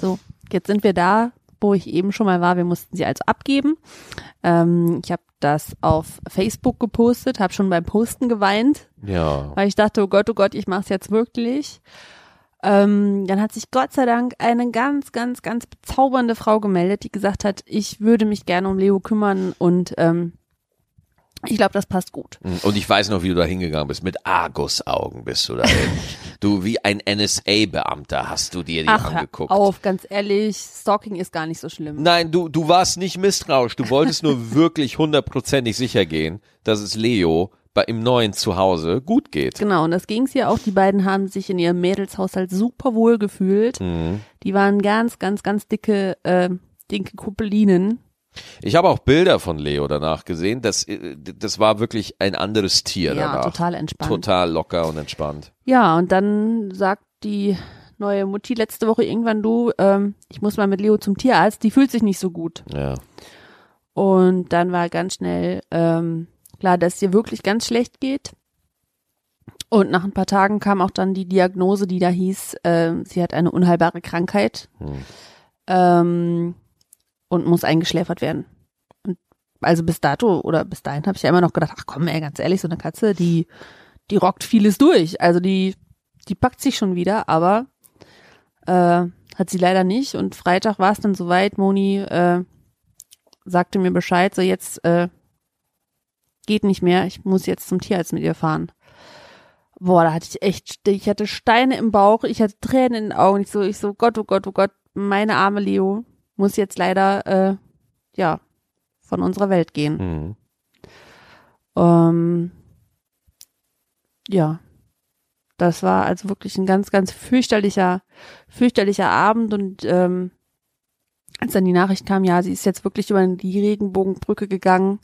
Speaker 2: So, jetzt sind wir da, wo ich eben schon mal war. Wir mussten sie also abgeben. Ähm, ich habe das auf Facebook gepostet, habe schon beim Posten geweint.
Speaker 1: Ja.
Speaker 2: weil ich dachte, oh Gott, oh Gott, ich mache es jetzt wirklich. Ähm, dann hat sich Gott sei Dank eine ganz, ganz, ganz bezaubernde Frau gemeldet, die gesagt hat, ich würde mich gerne um Leo kümmern und ähm, ich glaube, das passt gut.
Speaker 1: Mhm. Und ich weiß noch, wie du da hingegangen bist. Mit Argusaugen bist du da hin. du, wie ein NSA-Beamter hast du dir die
Speaker 2: Ach, hör
Speaker 1: angeguckt.
Speaker 2: auf, ganz ehrlich, Stalking ist gar nicht so schlimm.
Speaker 1: Nein, du, du warst nicht misstrauisch. Du wolltest nur wirklich hundertprozentig sicher gehen, dass es Leo bei, im neuen Zuhause gut geht.
Speaker 2: Genau, und das ging's ja auch. Die beiden haben sich in ihrem Mädelshaushalt super wohl gefühlt. Die waren ganz, ganz, ganz dicke, äh, dicke Kuppelinen.
Speaker 1: Ich habe auch Bilder von Leo danach gesehen. Das, äh, das war wirklich ein anderes Tier
Speaker 2: Ja,
Speaker 1: danach.
Speaker 2: total entspannt.
Speaker 1: Total locker und entspannt.
Speaker 2: Ja, und dann sagt die neue Mutti letzte Woche irgendwann, du, ähm, ich muss mal mit Leo zum Tierarzt, die fühlt sich nicht so gut.
Speaker 1: Ja.
Speaker 2: Und dann war ganz schnell ähm, klar, dass es ihr wirklich ganz schlecht geht. Und nach ein paar Tagen kam auch dann die Diagnose, die da hieß, ähm, sie hat eine unheilbare Krankheit
Speaker 1: Hm.
Speaker 2: ähm, und muss eingeschläfert werden. Und also bis dato oder bis dahin habe ich ja immer noch gedacht, ach komm, ey, ganz ehrlich, so eine Katze, die, die rockt vieles durch. Also die, die packt sich schon wieder, aber äh, hat sie leider nicht. Und Freitag war es dann soweit, Moni äh, sagte mir Bescheid, so jetzt äh, geht nicht mehr, ich muss jetzt zum Tierarzt mit ihr fahren. Boah, da hatte ich echt, ich hatte Steine im Bauch, ich hatte Tränen in den Augen. Ich so, ich so, Gott, oh Gott, oh Gott, meine arme Leo muss jetzt leider, äh, ja, von unserer Welt
Speaker 1: Hm.
Speaker 2: gehen. Ähm, ja, das war also wirklich ein ganz, ganz fürchterlicher, fürchterlicher Abend und ähm, als dann die Nachricht kam, ja, sie ist jetzt wirklich über die Regenbogenbrücke gegangen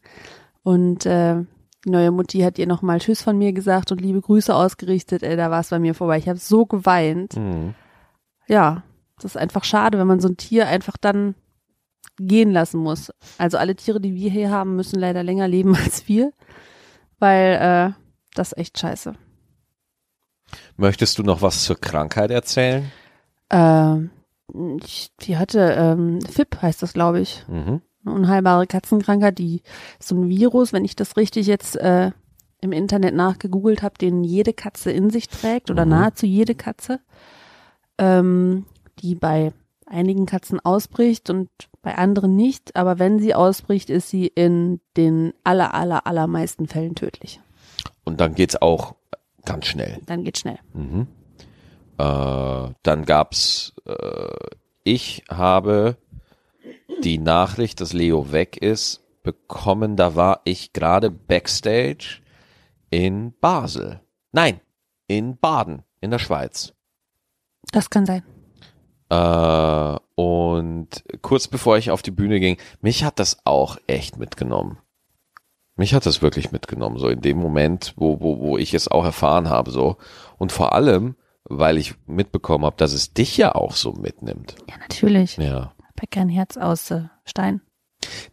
Speaker 2: und äh, die neue Mutti hat ihr nochmal Tschüss von mir gesagt und liebe Grüße ausgerichtet. Ey, da war es bei mir vorbei. Ich habe so geweint.
Speaker 1: Hm.
Speaker 2: Ja, das ist einfach schade, wenn man so ein Tier einfach dann gehen lassen muss. Also alle Tiere, die wir hier haben, müssen leider länger leben als wir, weil äh, das ist echt scheiße.
Speaker 1: Möchtest du noch was zur Krankheit erzählen?
Speaker 2: Ähm, ich, die hatte, ähm, FIP heißt das, glaube ich.
Speaker 1: Mhm.
Speaker 2: Eine unheilbare Katzenkrankheit, die ist so ein Virus, wenn ich das richtig jetzt äh, im Internet nachgegoogelt habe, den jede Katze in sich trägt oder
Speaker 1: Mhm.
Speaker 2: nahezu jede Katze, ähm, die bei einigen Katzen ausbricht und bei anderen nicht. Aber wenn sie ausbricht, ist sie in den aller, aller, allermeisten Fällen tödlich.
Speaker 1: Und dann geht's auch ganz schnell.
Speaker 2: Dann geht's schnell.
Speaker 1: Mhm. Äh, dann gab's, äh, ich habe die Nachricht, dass Leo weg ist, bekommen. Da war ich gerade backstage in Basel. Nein, in Baden, in der Schweiz.
Speaker 2: Das kann sein.
Speaker 1: Äh, und kurz bevor ich auf die Bühne ging, mich hat das auch echt mitgenommen. Mich hat das wirklich mitgenommen, so in dem Moment, wo, wo, wo ich es auch erfahren habe, so. Und vor allem, weil ich mitbekommen habe, dass es dich ja auch so mitnimmt.
Speaker 2: Ja, natürlich.
Speaker 1: Ja.
Speaker 2: Bäcker ein Herz aus äh, Stein.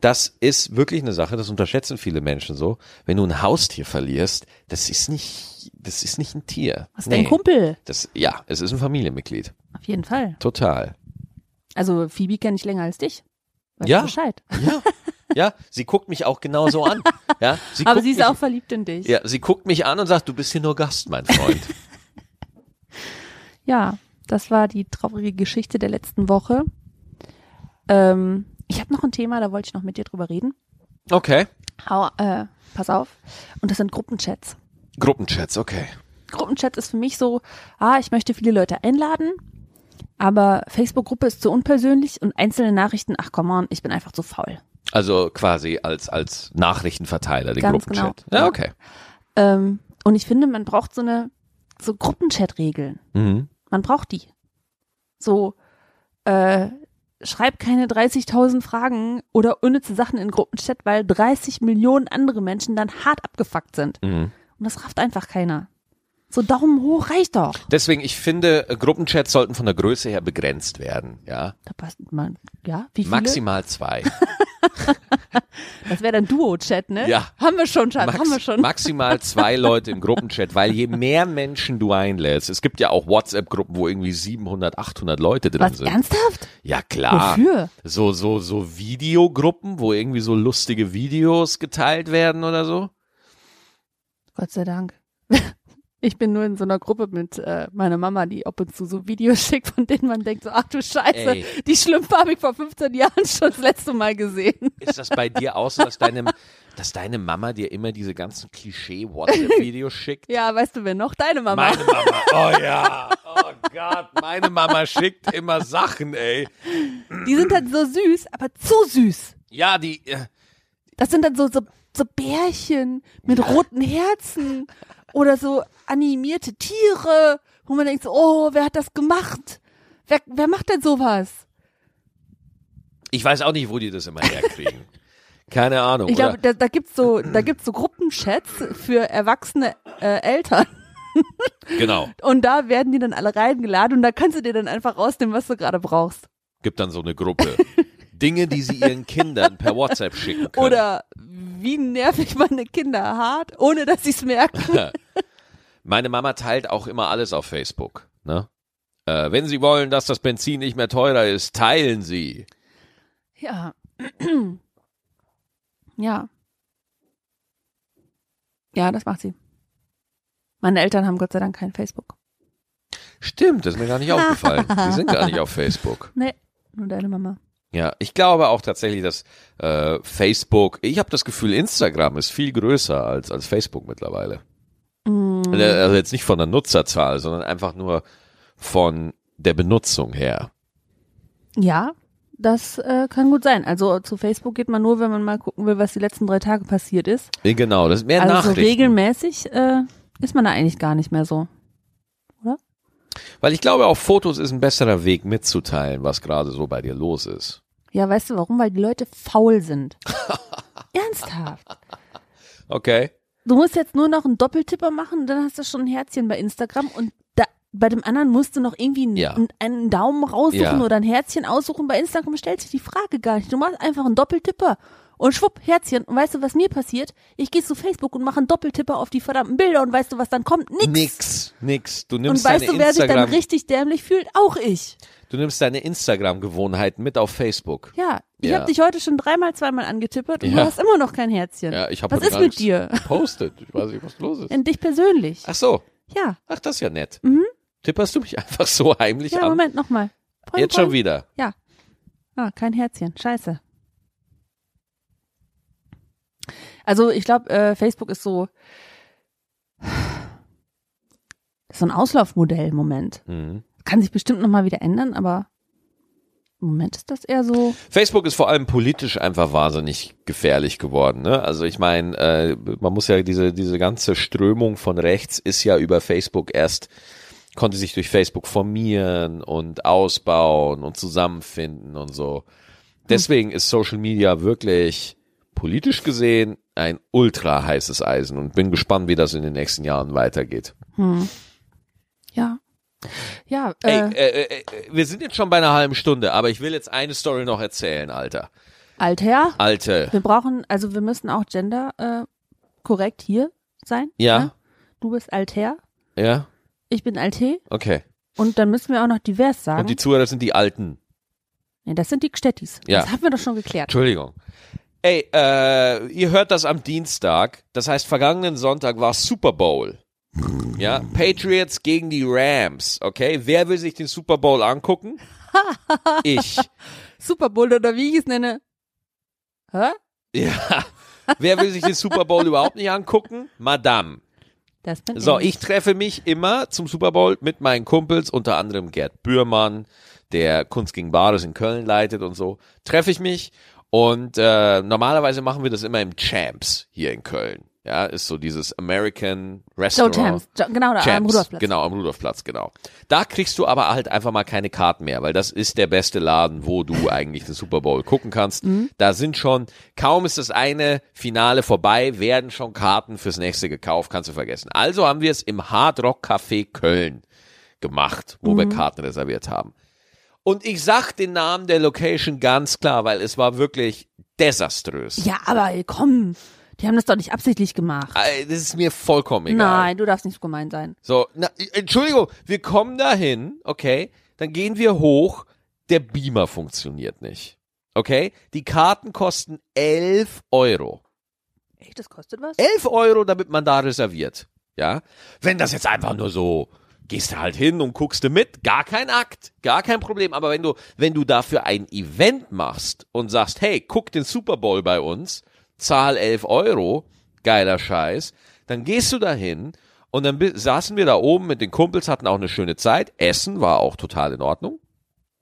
Speaker 1: Das ist wirklich eine Sache, das unterschätzen viele Menschen so. Wenn du ein Haustier verlierst, das ist nicht, das ist nicht ein Tier.
Speaker 2: Was ist dein Kumpel?
Speaker 1: Das, ja, es ist ein Familienmitglied.
Speaker 2: Auf jeden Fall.
Speaker 1: Total.
Speaker 2: Also Phoebe kenne ich länger als dich. Weißt
Speaker 1: Ja.
Speaker 2: du Bescheid.
Speaker 1: Ja, ja, sie guckt mich auch genauso an. Ja, sie
Speaker 2: Aber
Speaker 1: guckt
Speaker 2: sie ist
Speaker 1: mich,
Speaker 2: auch verliebt in dich.
Speaker 1: Ja, sie guckt mich an und sagt, du bist hier nur Gast, mein Freund.
Speaker 2: Ja, das war die traurige Geschichte der letzten Woche. Ähm, ich habe noch ein Thema, da wollte ich noch mit dir drüber reden.
Speaker 1: Okay.
Speaker 2: Hau, äh, pass auf. Und das sind Gruppenchats.
Speaker 1: Gruppenchats, okay.
Speaker 2: Gruppenchat ist für mich so, ah, ich möchte viele Leute einladen, aber Facebook-Gruppe ist zu unpersönlich und einzelne Nachrichten, ach komm on, ich bin einfach zu faul.
Speaker 1: Also quasi als, als Nachrichtenverteiler, den
Speaker 2: Ganz
Speaker 1: Gruppenchat.
Speaker 2: genau.
Speaker 1: Ja, okay.
Speaker 2: Ähm, und ich finde, man braucht so eine, so Gruppenchat-Regeln.
Speaker 1: Mhm.
Speaker 2: Man braucht die. So, äh, schreib keine 30.000 Fragen oder unnütze Sachen in Gruppenchat, weil 30 Millionen andere Menschen dann hart abgefuckt sind.
Speaker 1: Mhm.
Speaker 2: Und das rafft einfach keiner. So Daumen hoch reicht doch.
Speaker 1: Deswegen, ich finde, äh, Gruppenchats sollten von der Größe her begrenzt werden, ja.
Speaker 2: Da passt man, ja, wie viele?
Speaker 1: Maximal zwei.
Speaker 2: Das wäre dann Duo-Chat, ne?
Speaker 1: Ja.
Speaker 2: Haben wir schon, Schatz,
Speaker 1: Max-
Speaker 2: haben wir schon.
Speaker 1: Maximal zwei Leute im Gruppenchat, weil je mehr Menschen du einlädst, es gibt ja auch WhatsApp-Gruppen, wo irgendwie 700, 800 Leute drin
Speaker 2: Was,
Speaker 1: sind.
Speaker 2: ernsthaft?
Speaker 1: Ja, klar.
Speaker 2: Wofür?
Speaker 1: So, so, so Videogruppen, wo irgendwie so lustige Videos geteilt werden oder so.
Speaker 2: Gott sei Dank. Ich bin nur in so einer Gruppe mit äh, meiner Mama, die ab und zu so Videos schickt, von denen man denkt, so, ach du Scheiße,
Speaker 1: Ey.
Speaker 2: die Schlümpfe habe ich vor 15 Jahren schon das letzte Mal gesehen.
Speaker 1: Ist das bei dir auch so, dass deine, dass deine Mama dir immer diese ganzen Klischee-WhatsApp-Videos schickt?
Speaker 2: Ja, weißt du, wer noch? Deine Mama.
Speaker 1: Meine Mama, oh ja, oh Gott, meine Mama schickt immer Sachen, ey.
Speaker 2: Die sind halt so süß, aber zu süß.
Speaker 1: Ja, die, äh,
Speaker 2: Das sind dann so, so, so Bärchen mit roten Herzen oder so animierte Tiere, wo man denkt, so, oh, wer hat das gemacht? Wer, wer macht denn sowas?
Speaker 1: ich weiß auch nicht, wo die das immer herkriegen. Keine Ahnung,
Speaker 2: Ich
Speaker 1: oder?
Speaker 2: glaube, da, da gibt's so, da gibt's so Gruppenchats für erwachsene äh, Eltern.
Speaker 1: Genau.
Speaker 2: Und da werden die dann alle reingeladen und da kannst du dir dann einfach rausnehmen, was du gerade brauchst.
Speaker 1: Gibt dann so eine Gruppe. Dinge, die sie ihren Kindern per WhatsApp schicken können.
Speaker 2: Oder wie nervig meine Kinder hart, ohne dass sie's merken.
Speaker 1: Meine Mama teilt auch immer alles auf Facebook. Ne? Äh, wenn Sie wollen, dass das Benzin nicht mehr teurer ist, teilen Sie.
Speaker 2: Ja. ja. Ja, das macht sie. Meine Eltern haben Gott sei Dank kein Facebook.
Speaker 1: Stimmt, das ist mir gar nicht aufgefallen. Die sind gar nicht auf Facebook.
Speaker 2: Nee, nur deine Mama.
Speaker 1: Ja, ich glaube auch tatsächlich, dass äh, Facebook, ich habe das Gefühl, Instagram ist viel größer als, als Facebook mittlerweile.
Speaker 2: Mm,
Speaker 1: Äh, Also jetzt nicht von der Nutzerzahl, sondern einfach nur von der Benutzung her.
Speaker 2: Ja, das äh, kann gut sein. Also zu Facebook geht man nur, wenn man mal gucken will, was die letzten drei Tage passiert ist.
Speaker 1: Äh, Genau, das ist mehr
Speaker 2: also so
Speaker 1: Nachrichten.
Speaker 2: regelmäßig äh, ist man da eigentlich gar nicht mehr so.
Speaker 1: Weil ich glaube, auf Fotos ist ein besserer Weg mitzuteilen, was gerade so bei dir los ist.
Speaker 2: Ja, weißt du warum? Weil die Leute faul sind. Ernsthaft.
Speaker 1: Okay.
Speaker 2: Du musst jetzt nur noch einen Doppeltipper machen, dann hast du schon ein Herzchen bei Instagram und da, bei dem anderen musst du noch irgendwie einen,
Speaker 1: Ja.
Speaker 2: einen- einen Daumen raussuchen
Speaker 1: Ja.
Speaker 2: oder ein Herzchen aussuchen. Bei Instagram stellt sich die Frage gar nicht. Du machst einfach einen Doppeltipper Und schwupp, Herzchen. Und weißt du, was mir passiert? Ich gehe zu Facebook und mache einen Doppeltipper auf die verdammten Bilder und weißt du, was dann kommt? Nix.
Speaker 1: Nix, nix. Du
Speaker 2: und
Speaker 1: nimmst
Speaker 2: weißt du,
Speaker 1: deine
Speaker 2: wer sich dann
Speaker 1: Instagram,
Speaker 2: richtig dämlich fühlt? Auch ich.
Speaker 1: du nimmst deine Instagram-Gewohnheiten mit auf Facebook.
Speaker 2: Ja, ich
Speaker 1: Ja.
Speaker 2: hab habe dich heute schon dreimal, zweimal angetippert und
Speaker 1: Ja.
Speaker 2: du hast immer noch kein Herzchen.
Speaker 1: Ja, ich habe
Speaker 2: Was ist mit dir?
Speaker 1: Postet. Ich weiß nicht, was los ist.
Speaker 2: In dich persönlich.
Speaker 1: Ach so.
Speaker 2: Ja.
Speaker 1: Ach, das ist ja nett. Tipperst du mich einfach so heimlich
Speaker 2: Ja,
Speaker 1: an?
Speaker 2: Moment, nochmal. Point,
Speaker 1: Jetzt schon
Speaker 2: point.
Speaker 1: wieder.
Speaker 2: Ah, kein Herzchen. Scheiße. Also ich glaube, äh, Facebook ist so ist so ein Auslaufmodell im Moment.
Speaker 1: Mhm.
Speaker 2: Kann sich bestimmt nochmal wieder ändern, aber im Moment ist das eher so.
Speaker 1: Facebook ist vor allem politisch einfach wahnsinnig gefährlich geworden. Ne? Also ich meine, äh, man muss ja diese diese ganze Strömung von rechts ist ja über Facebook erst konnte sich durch Facebook formieren und ausbauen und zusammenfinden und so. Deswegen ist Social Media wirklich politisch gesehen ein ultra heißes Eisen und bin gespannt, wie das in den nächsten Jahren weitergeht.
Speaker 2: Hm. Ja. Ja,
Speaker 1: Ey,
Speaker 2: äh,
Speaker 1: äh, äh, äh, wir sind jetzt schon bei einer halben Stunde, aber ich will jetzt eine Story noch erzählen, Alter.
Speaker 2: Altherr.
Speaker 1: Alte.
Speaker 2: Wir brauchen, also wir müssen auch gender äh, korrekt hier sein. ne?
Speaker 1: Ja?
Speaker 2: Du bist Altherr,
Speaker 1: Ja?
Speaker 2: ich bin Alte
Speaker 1: Okay.
Speaker 2: und dann müssen wir auch noch divers sagen.
Speaker 1: Und die Zuhörer sind die Alten.
Speaker 2: Nee, das sind die Gstettis.
Speaker 1: Ja.
Speaker 2: Das haben wir doch schon geklärt.
Speaker 1: Entschuldigung. Ey, äh, ihr hört das am Dienstag. Das heißt, vergangenen Sonntag war Super Bowl. Ja, Patriots gegen die Rams. Okay, wer will sich den Super Bowl angucken? Ich.
Speaker 2: Super Bowl oder wie ich es nenne. Hä?
Speaker 1: Ja. Wer will sich den Super Bowl überhaupt nicht angucken? Madame.
Speaker 2: Das bin
Speaker 1: So, ich treffe mich immer zum Super Bowl mit meinen Kumpels, unter anderem Gerd Bührmann, der Kunst gegen Bares in Köln leitet und so. Treffe ich mich und äh, normalerweise machen wir das immer im Champs hier in Köln. Ja, ist so dieses American
Speaker 2: Joe
Speaker 1: Restaurant.
Speaker 2: Tams. Jo genau, da am
Speaker 1: Champs,
Speaker 2: Rudolfplatz.
Speaker 1: Genau, am Rudolfplatz, genau. Da kriegst du aber halt einfach mal keine Karten mehr, weil das ist der beste Laden, wo du eigentlich den Super Bowl gucken kannst.
Speaker 2: Mhm.
Speaker 1: Da sind schon, kaum ist das eine Finale vorbei, werden schon Karten fürs nächste gekauft, kannst du vergessen. Also haben wir es im Hard Rock Café Köln gemacht, wo
Speaker 2: Mhm.
Speaker 1: wir Karten reserviert haben. Und ich sag den Namen der Location ganz klar, weil es war wirklich desaströs.
Speaker 2: Ja, aber ey, komm, die haben das doch nicht absichtlich gemacht.
Speaker 1: Äh, Das ist mir vollkommen egal.
Speaker 2: Nein, du darfst nicht so gemein sein.
Speaker 1: So, na, Entschuldigung, wir kommen dahin, okay? Dann gehen wir hoch. Der Beamer funktioniert nicht. Okay? Die Karten kosten 11 Euro.
Speaker 2: Echt, das kostet was?
Speaker 1: 11 Euro, damit man da reserviert. Ja? Wenn das jetzt einfach nur so, gehst du halt hin und guckst du mit, gar kein Akt, gar kein Problem. Aber wenn du, wenn du dafür ein Event machst und sagst, hey, guck den Super Bowl bei uns, zahl 11 Euro, geiler Scheiß, dann gehst du dahin und dann bi- saßen wir da oben mit den Kumpels, hatten auch eine schöne Zeit, Essen war auch total in Ordnung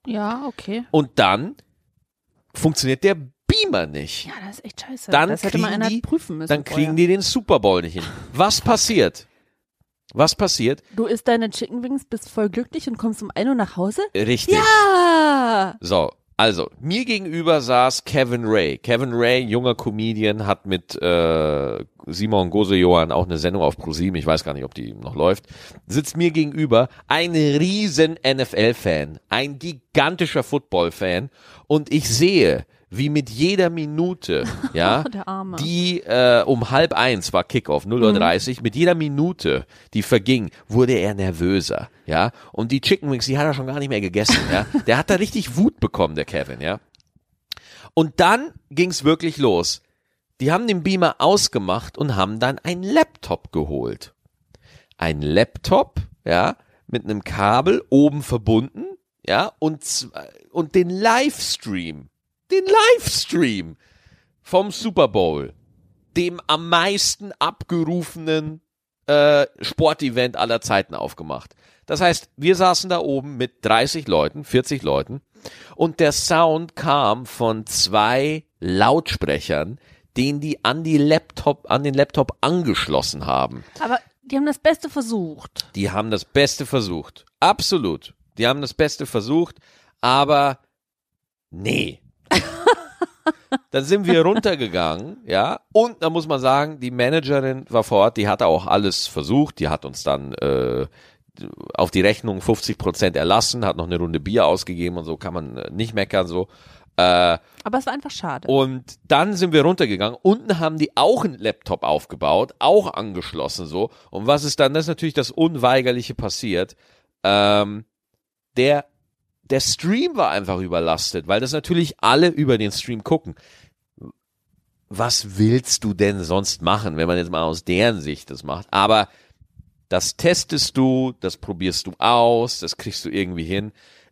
Speaker 2: Ja, okay.
Speaker 1: und dann funktioniert der Beamer nicht
Speaker 2: Ja, das ist echt scheiße.
Speaker 1: Dann
Speaker 2: das hätte mal
Speaker 1: kriegen
Speaker 2: einer
Speaker 1: die-
Speaker 2: prüfen müssen.
Speaker 1: dann kriegen die den Super Bowl nicht hin. Was passiert? Was passiert?
Speaker 2: Du isst deine Chicken Wings, bist voll glücklich und kommst um 1 Uhr nach Hause?
Speaker 1: Richtig.
Speaker 2: Ja!
Speaker 1: So, also, mir gegenüber saß Kevin Ray. Kevin Ray, junger Comedian, hat mit äh, Simon Gosejohann auch eine Sendung auf ProSieben, ich weiß gar nicht, ob die noch läuft, sitzt mir gegenüber ein riesen NFL-Fan, ein gigantischer Football-Fan und ich sehe, wie mit jeder Minute, ja,
Speaker 2: Der Arme.
Speaker 1: die äh, um halb eins war Kickoff, 0.30 Uhr, mit jeder Minute, die verging, wurde er nervöser, ja. Und die Chicken Wings, die hat er schon gar nicht mehr gegessen, ja. Der hat da richtig Wut bekommen, der Kevin, ja. Und dann ging's wirklich los. Die haben den Beamer ausgemacht und haben dann einen Laptop geholt. Ein Laptop, ja, mit einem Kabel oben verbunden, ja, und, z- äh, und den Livestream. Den Livestream vom Super Bowl, dem am meisten abgerufenen äh, Sportevent aller Zeiten aufgemacht. Das heißt, wir saßen da oben mit 30 Leuten, 40 Leuten und der Sound kam von zwei Lautsprechern, den die an die Laptop an den Laptop angeschlossen haben.
Speaker 2: Aber die haben das Beste versucht.
Speaker 1: Die haben das Beste versucht. Absolut. Die haben das Beste versucht, aber nee. Dann sind wir runtergegangen, ja, und da muss man sagen, die Managerin war vor Ort, die hatte auch alles versucht, die hat uns dann äh, auf die Rechnung 50 Prozent erlassen, hat noch eine Runde Bier ausgegeben und so, kann man äh, nicht meckern so. Äh,
Speaker 2: Aber es war einfach schade.
Speaker 1: und dann sind wir runtergegangen. Unten haben die auch einen Laptop aufgebaut, auch angeschlossen so. Und was ist dann? Das ist natürlich das Unweigerliche passiert. Ähm, der, der Stream war einfach überlastet, weil das natürlich alle über den Stream gucken. Was willst du denn sonst machen, wenn man jetzt mal aus deren Sicht das macht? Aber das testest du, das probierst du aus, das kriegst du irgendwie hin.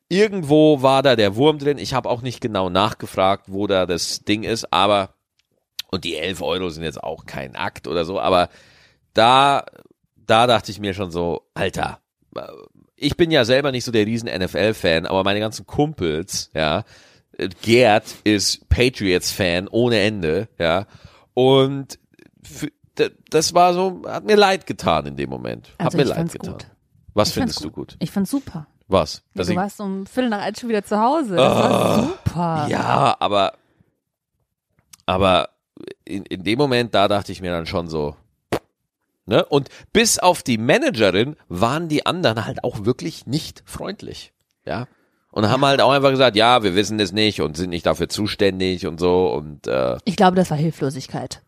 Speaker 1: Irgendwo war da der Wurm drin. Ich habe auch nicht genau nachgefragt, wo da das Ding ist, aber und die 11 Euro sind jetzt auch kein Akt oder so, aber da, da dachte ich mir schon so, Alter, ich bin ja selber nicht so der riesen NFL-Fan, aber meine ganzen Kumpels, ja, Gerd ist Patriots-Fan ohne Ende, ja, und für, d- das war so, hat mir leid getan in dem Moment, hat
Speaker 2: Also
Speaker 1: mir
Speaker 2: ich
Speaker 1: leid
Speaker 2: fand's
Speaker 1: getan.
Speaker 2: gut.
Speaker 1: Was
Speaker 2: Ich fand's
Speaker 1: findest du gut?
Speaker 2: Ich fand's super.
Speaker 1: Was?
Speaker 2: Ja,
Speaker 1: Dass
Speaker 2: du
Speaker 1: ich- Ah.
Speaker 2: warst um Viertel nach eins schon wieder zu Hause. Das war super.
Speaker 1: Ja, aber, aber in, in dem Moment, da dachte ich mir dann schon so, ne? Und bis auf die Managerin waren die anderen halt auch wirklich nicht freundlich, ja? Und haben halt auch einfach gesagt, ja, wir wissen es nicht und sind nicht dafür zuständig und so und, äh,
Speaker 2: Ich glaube, das war Hilflosigkeit.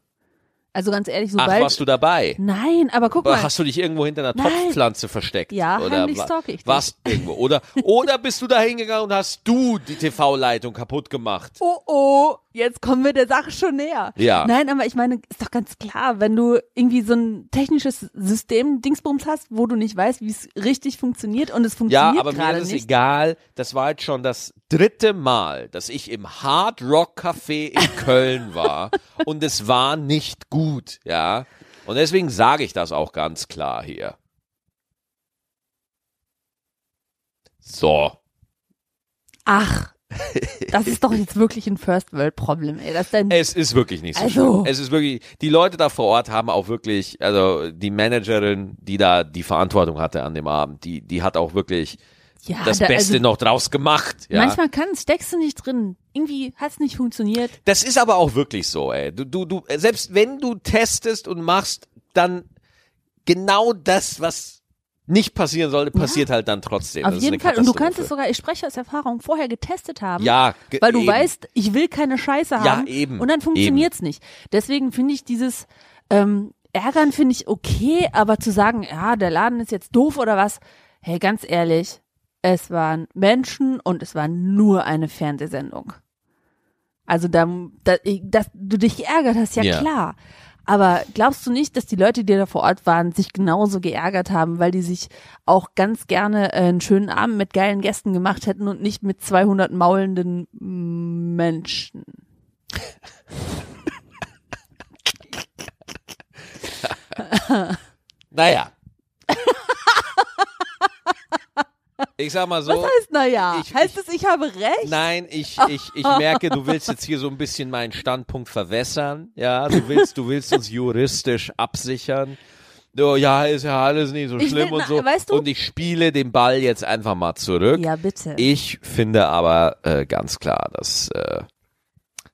Speaker 2: Also ganz ehrlich,
Speaker 1: ach,
Speaker 2: sobald.
Speaker 1: warst du dabei?
Speaker 2: Nein, aber guck mal.
Speaker 1: Hast du dich irgendwo hinter einer
Speaker 2: Nein.
Speaker 1: Topfpflanze versteckt?
Speaker 2: Ja,
Speaker 1: oder
Speaker 2: heimlich
Speaker 1: wa-
Speaker 2: stalk ich dich.
Speaker 1: warst irgendwo? Oder, oder bist du da hingegangen und hast du die TV-Leitung kaputt gemacht?
Speaker 2: oh oh, jetzt kommen wir der Sache schon näher.
Speaker 1: Ja.
Speaker 2: Nein, aber ich meine, ist doch ganz klar, wenn du irgendwie so ein technisches System Dingsbums hast, wo du nicht weißt, wie es richtig funktioniert und es
Speaker 1: Ja,
Speaker 2: funktioniert
Speaker 1: aber mir
Speaker 2: gerade
Speaker 1: ist es
Speaker 2: nicht.
Speaker 1: egal. Das war jetzt schon das dritte Mal, dass ich im Hard Rock Café in Köln war und es war nicht gut, ja. Und deswegen sage ich das auch ganz klar hier. So.
Speaker 2: Ach, das ist doch jetzt wirklich ein First World Problem, ey. Das ist dein
Speaker 1: Es ist wirklich nicht so
Speaker 2: Also.
Speaker 1: schlimm. Es ist wirklich, die Leute da vor Ort haben auch wirklich, also die Managerin, die da die Verantwortung hatte an dem Abend, die, die hat auch wirklich
Speaker 2: ja,
Speaker 1: das
Speaker 2: da,
Speaker 1: Beste
Speaker 2: also,
Speaker 1: noch draus gemacht. Ja?
Speaker 2: Manchmal kannst, steckst du nicht drin. Irgendwie hat's nicht funktioniert.
Speaker 1: Das ist aber auch wirklich so, ey. Du, du, du, selbst wenn du testest und machst, dann genau das, was nicht passieren sollte, passiert halt dann trotzdem.
Speaker 2: Auf
Speaker 1: das
Speaker 2: jeden
Speaker 1: ist eine
Speaker 2: Fall. Und du kannst es
Speaker 1: Katastrophe.
Speaker 2: sogar, ich spreche aus Erfahrung, vorher getestet haben.
Speaker 1: Ja, ge-
Speaker 2: Weil du
Speaker 1: eben.
Speaker 2: weißt, ich will keine Scheiße
Speaker 1: Ja,
Speaker 2: haben.
Speaker 1: eben,
Speaker 2: Und dann funktioniert's nicht. Deswegen finde ich dieses ähm, Ärgern finde ich okay, aber zu sagen, ja, der Laden ist jetzt doof oder was, hey, ganz ehrlich, es waren Menschen und es war nur eine Fernsehsendung. Also da, da, dass du dich geärgert hast, ja,
Speaker 1: Ja.
Speaker 2: klar. Aber glaubst du nicht, dass die Leute, die da vor Ort waren, sich genauso geärgert haben, weil die sich auch ganz gerne äh, einen schönen Abend mit geilen Gästen gemacht hätten und nicht mit 200 maulenden Menschen?
Speaker 1: Naja. ich sag mal so.
Speaker 2: Was heißt naja?
Speaker 1: ich-
Speaker 2: heißt es, ich habe recht?
Speaker 1: Nein, ich,
Speaker 2: Oh.
Speaker 1: ich, ich merke, du willst jetzt hier so ein bisschen meinen Standpunkt verwässern. Ja, du willst, du willst uns juristisch absichern. So, ja, ist ja alles nicht so
Speaker 2: Ich
Speaker 1: schlimm
Speaker 2: will-
Speaker 1: und
Speaker 2: na,
Speaker 1: so.
Speaker 2: weißt du-
Speaker 1: und ich spiele den Ball jetzt einfach mal zurück.
Speaker 2: Ja, bitte.
Speaker 1: Ich finde aber äh, ganz klar, dass äh,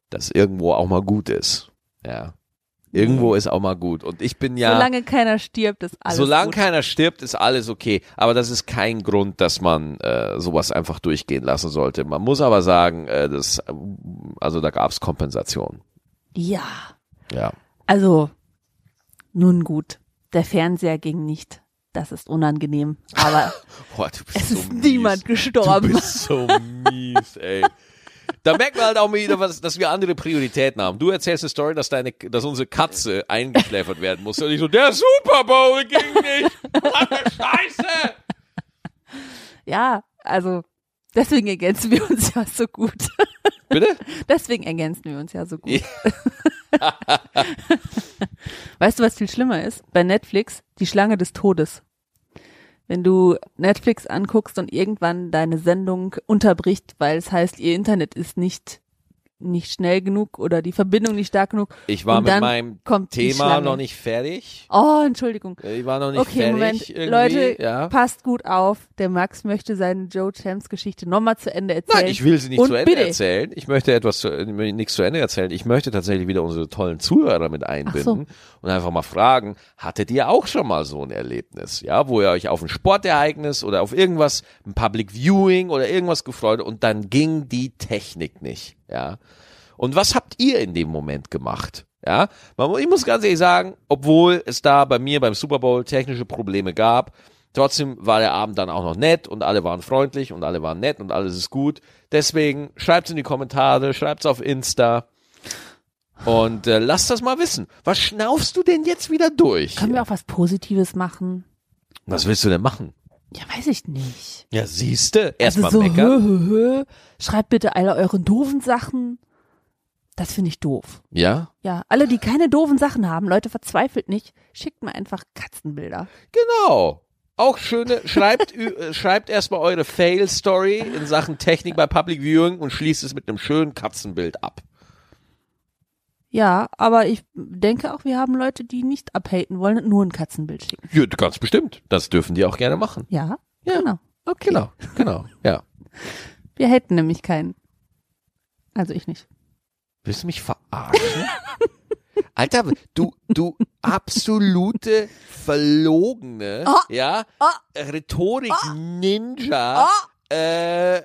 Speaker 1: das irgendwo auch mal gut ist. Ja. Irgendwo ist auch mal gut. Und ich bin ja.
Speaker 2: Mhm. Solange keiner stirbt, ist alles
Speaker 1: Solange
Speaker 2: gut.
Speaker 1: keiner stirbt, ist alles okay. Aber das ist kein Grund, dass man äh, sowas einfach durchgehen lassen sollte. Man muss aber sagen, äh, das, äh, also da gab es Kompensation.
Speaker 2: Ja.
Speaker 1: Ja.
Speaker 2: Also, nun gut, der Fernseher ging nicht. Das ist unangenehm. Aber
Speaker 1: Boah, du bist
Speaker 2: es
Speaker 1: so
Speaker 2: ist
Speaker 1: mies.
Speaker 2: niemand
Speaker 1: Du
Speaker 2: gestorben.
Speaker 1: bist so mies, ey. Da merkt man halt auch mal wieder, was, dass wir andere Prioritäten haben. Du erzählst eine Story, dass deine, dass unsere Katze eingeschläfert werden muss. Und ich so, der Super Bowl ging nicht. Was eine Scheiße.
Speaker 2: Ja, also deswegen ergänzen wir uns ja so gut.
Speaker 1: Bitte?
Speaker 2: Deswegen ergänzen wir uns ja so gut. weißt du, was viel schlimmer ist? Bei Netflix die Schlange des Todes. Wenn du Netflix anguckst und irgendwann deine Sendung unterbricht, weil es heißt, ihr Internet ist nicht nicht schnell genug oder die Verbindung nicht stark genug.
Speaker 1: Ich war
Speaker 2: und
Speaker 1: mit
Speaker 2: dann
Speaker 1: meinem
Speaker 2: kommt die
Speaker 1: Thema
Speaker 2: Schlange.
Speaker 1: noch nicht fertig.
Speaker 2: Oh, Entschuldigung.
Speaker 1: Äh, Ich war noch nicht
Speaker 2: Okay,
Speaker 1: fertig.
Speaker 2: Moment.
Speaker 1: irgendwie,
Speaker 2: Leute,
Speaker 1: ja.
Speaker 2: passt gut auf. Der Max möchte seine Joe Champs Geschichte nochmal zu Ende erzählen.
Speaker 1: Nein, ich will sie nicht
Speaker 2: Und
Speaker 1: zu Ende
Speaker 2: bitte.
Speaker 1: erzählen. Ich möchte etwas zu, äh, nichts zu Ende erzählen. Ich möchte tatsächlich wieder unsere tollen Zuhörer mit einbinden und einfach mal fragen, hattet ihr auch schon mal so ein Erlebnis, ja, wo ihr euch auf ein Sportereignis oder auf irgendwas, ein Public Viewing oder irgendwas gefreut und dann ging die Technik nicht? Ja. Und was habt ihr in dem Moment gemacht? Ja, man, mu- ich muss ganz ehrlich sagen, obwohl es da bei mir beim Super Bowl technische Probleme gab, trotzdem war der Abend dann auch noch nett und alle waren freundlich und alle waren nett und alles ist gut. Deswegen schreibt's in die Kommentare, schreibt's auf Insta und äh, lasst das mal wissen. Was schnaufst du denn jetzt wieder durch?
Speaker 2: Können wir auch was Positives machen?
Speaker 1: Was willst du denn machen?
Speaker 2: Ja, weiß ich nicht.
Speaker 1: Ja, siehste, erstmal
Speaker 2: also so,
Speaker 1: meckern.
Speaker 2: hö, hö, hö, schreibt bitte alle euren doofen Sachen. Das finde ich doof.
Speaker 1: Ja,
Speaker 2: Ja, alle, die keine doofen Sachen haben, Leute, verzweifelt nicht, schickt mir einfach Katzenbilder.
Speaker 1: Genau. Auch schöne, schreibt, ü- äh, schreibt erstmal eure Fail-Story in Sachen Technik bei Public Viewing und schließt es mit einem schönen Katzenbild ab.
Speaker 2: Ja, aber ich denke auch, wir haben Leute, die nicht abhaten wollen und nur ein Katzenbild schicken.
Speaker 1: Ja, ganz bestimmt. Das dürfen die auch gerne machen.
Speaker 2: Ja,
Speaker 1: Ja.
Speaker 2: genau. Okay.
Speaker 1: Genau, genau, ja.
Speaker 2: Wir hätten nämlich keinen. Also ich nicht.
Speaker 1: Willst du mich verarschen? Alter, du, du absolute verlogene,
Speaker 2: Ah.
Speaker 1: ja, Rhetorik-Ninja, äh, äh,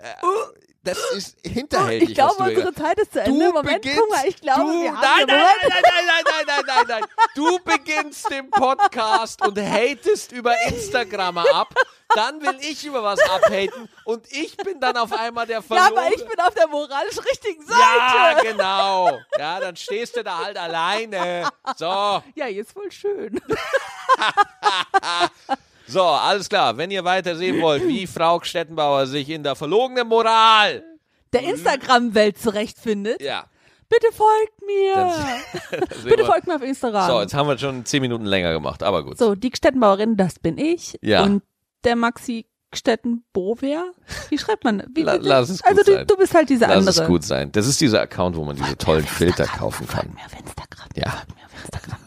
Speaker 1: das ist hinterhältig,
Speaker 2: Ah. ich glaube,
Speaker 1: was du da
Speaker 2: unsere Zeit ist zu Ende. Äh, Moment, guck mal, ich glaube,
Speaker 1: du,
Speaker 2: wir haben
Speaker 1: nein, nein,
Speaker 2: Moment.
Speaker 1: nein, nein, nein, nein, nein, nein, nein, nein. Du beginnst den Podcast und hatest über Instagrammer ab. Dann will ich über was abhaten und ich bin dann auf einmal der
Speaker 2: Ja,
Speaker 1: Verlorene.
Speaker 2: aber ich bin auf der moralisch richtigen Seite.
Speaker 1: Ja, genau. Ja, dann stehst du da halt alleine. So,
Speaker 2: Ja, jetzt wohl schön.
Speaker 1: so, alles klar. Wenn ihr weiter sehen wollt, wie Frau Stettenbauer sich in der verlogenen Moral.
Speaker 2: Der Instagram-Welt zurechtfindet.
Speaker 1: Ja.
Speaker 2: Bitte folgt mir.
Speaker 1: das sehen
Speaker 2: Bitte
Speaker 1: wir.
Speaker 2: folgt mir auf
Speaker 1: So,
Speaker 2: Instagram.
Speaker 1: jetzt haben wir schon zehn Minuten länger gemacht, aber gut.
Speaker 2: So, die Gstettenbauerin, das bin ich.
Speaker 1: Ja.
Speaker 2: Und der Maxi Gstettenbower. Wie schreibt man? Wie,
Speaker 1: La- lass es gut
Speaker 2: also du,
Speaker 1: sein.
Speaker 2: du bist halt diese
Speaker 1: Lass
Speaker 2: andere.
Speaker 1: es gut sein. Das ist dieser Account, wo man diese tollen Filter kaufen
Speaker 2: Folgt
Speaker 1: kann.
Speaker 2: mir auf Instagram.
Speaker 1: Ja.
Speaker 2: Folgt mir auf Instagram.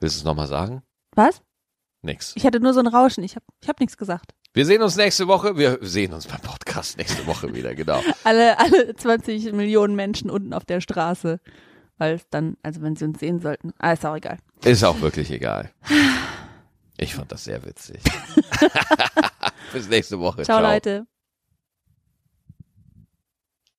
Speaker 1: Willst du es nochmal sagen?
Speaker 2: Was?
Speaker 1: Nix.
Speaker 2: Ich hatte nur so ein Rauschen. Ich habe ich hab nichts gesagt.
Speaker 1: Wir sehen uns nächste Woche. Wir sehen uns beim Podcast nächste Woche wieder, genau.
Speaker 2: Alle, alle 20 Millionen Menschen unten auf der Straße. Weil es dann, also wenn sie uns sehen sollten. Ah, ist auch egal.
Speaker 1: Ist auch wirklich egal. Ich fand das sehr witzig. Bis nächste Woche.
Speaker 2: Ciao. Leute.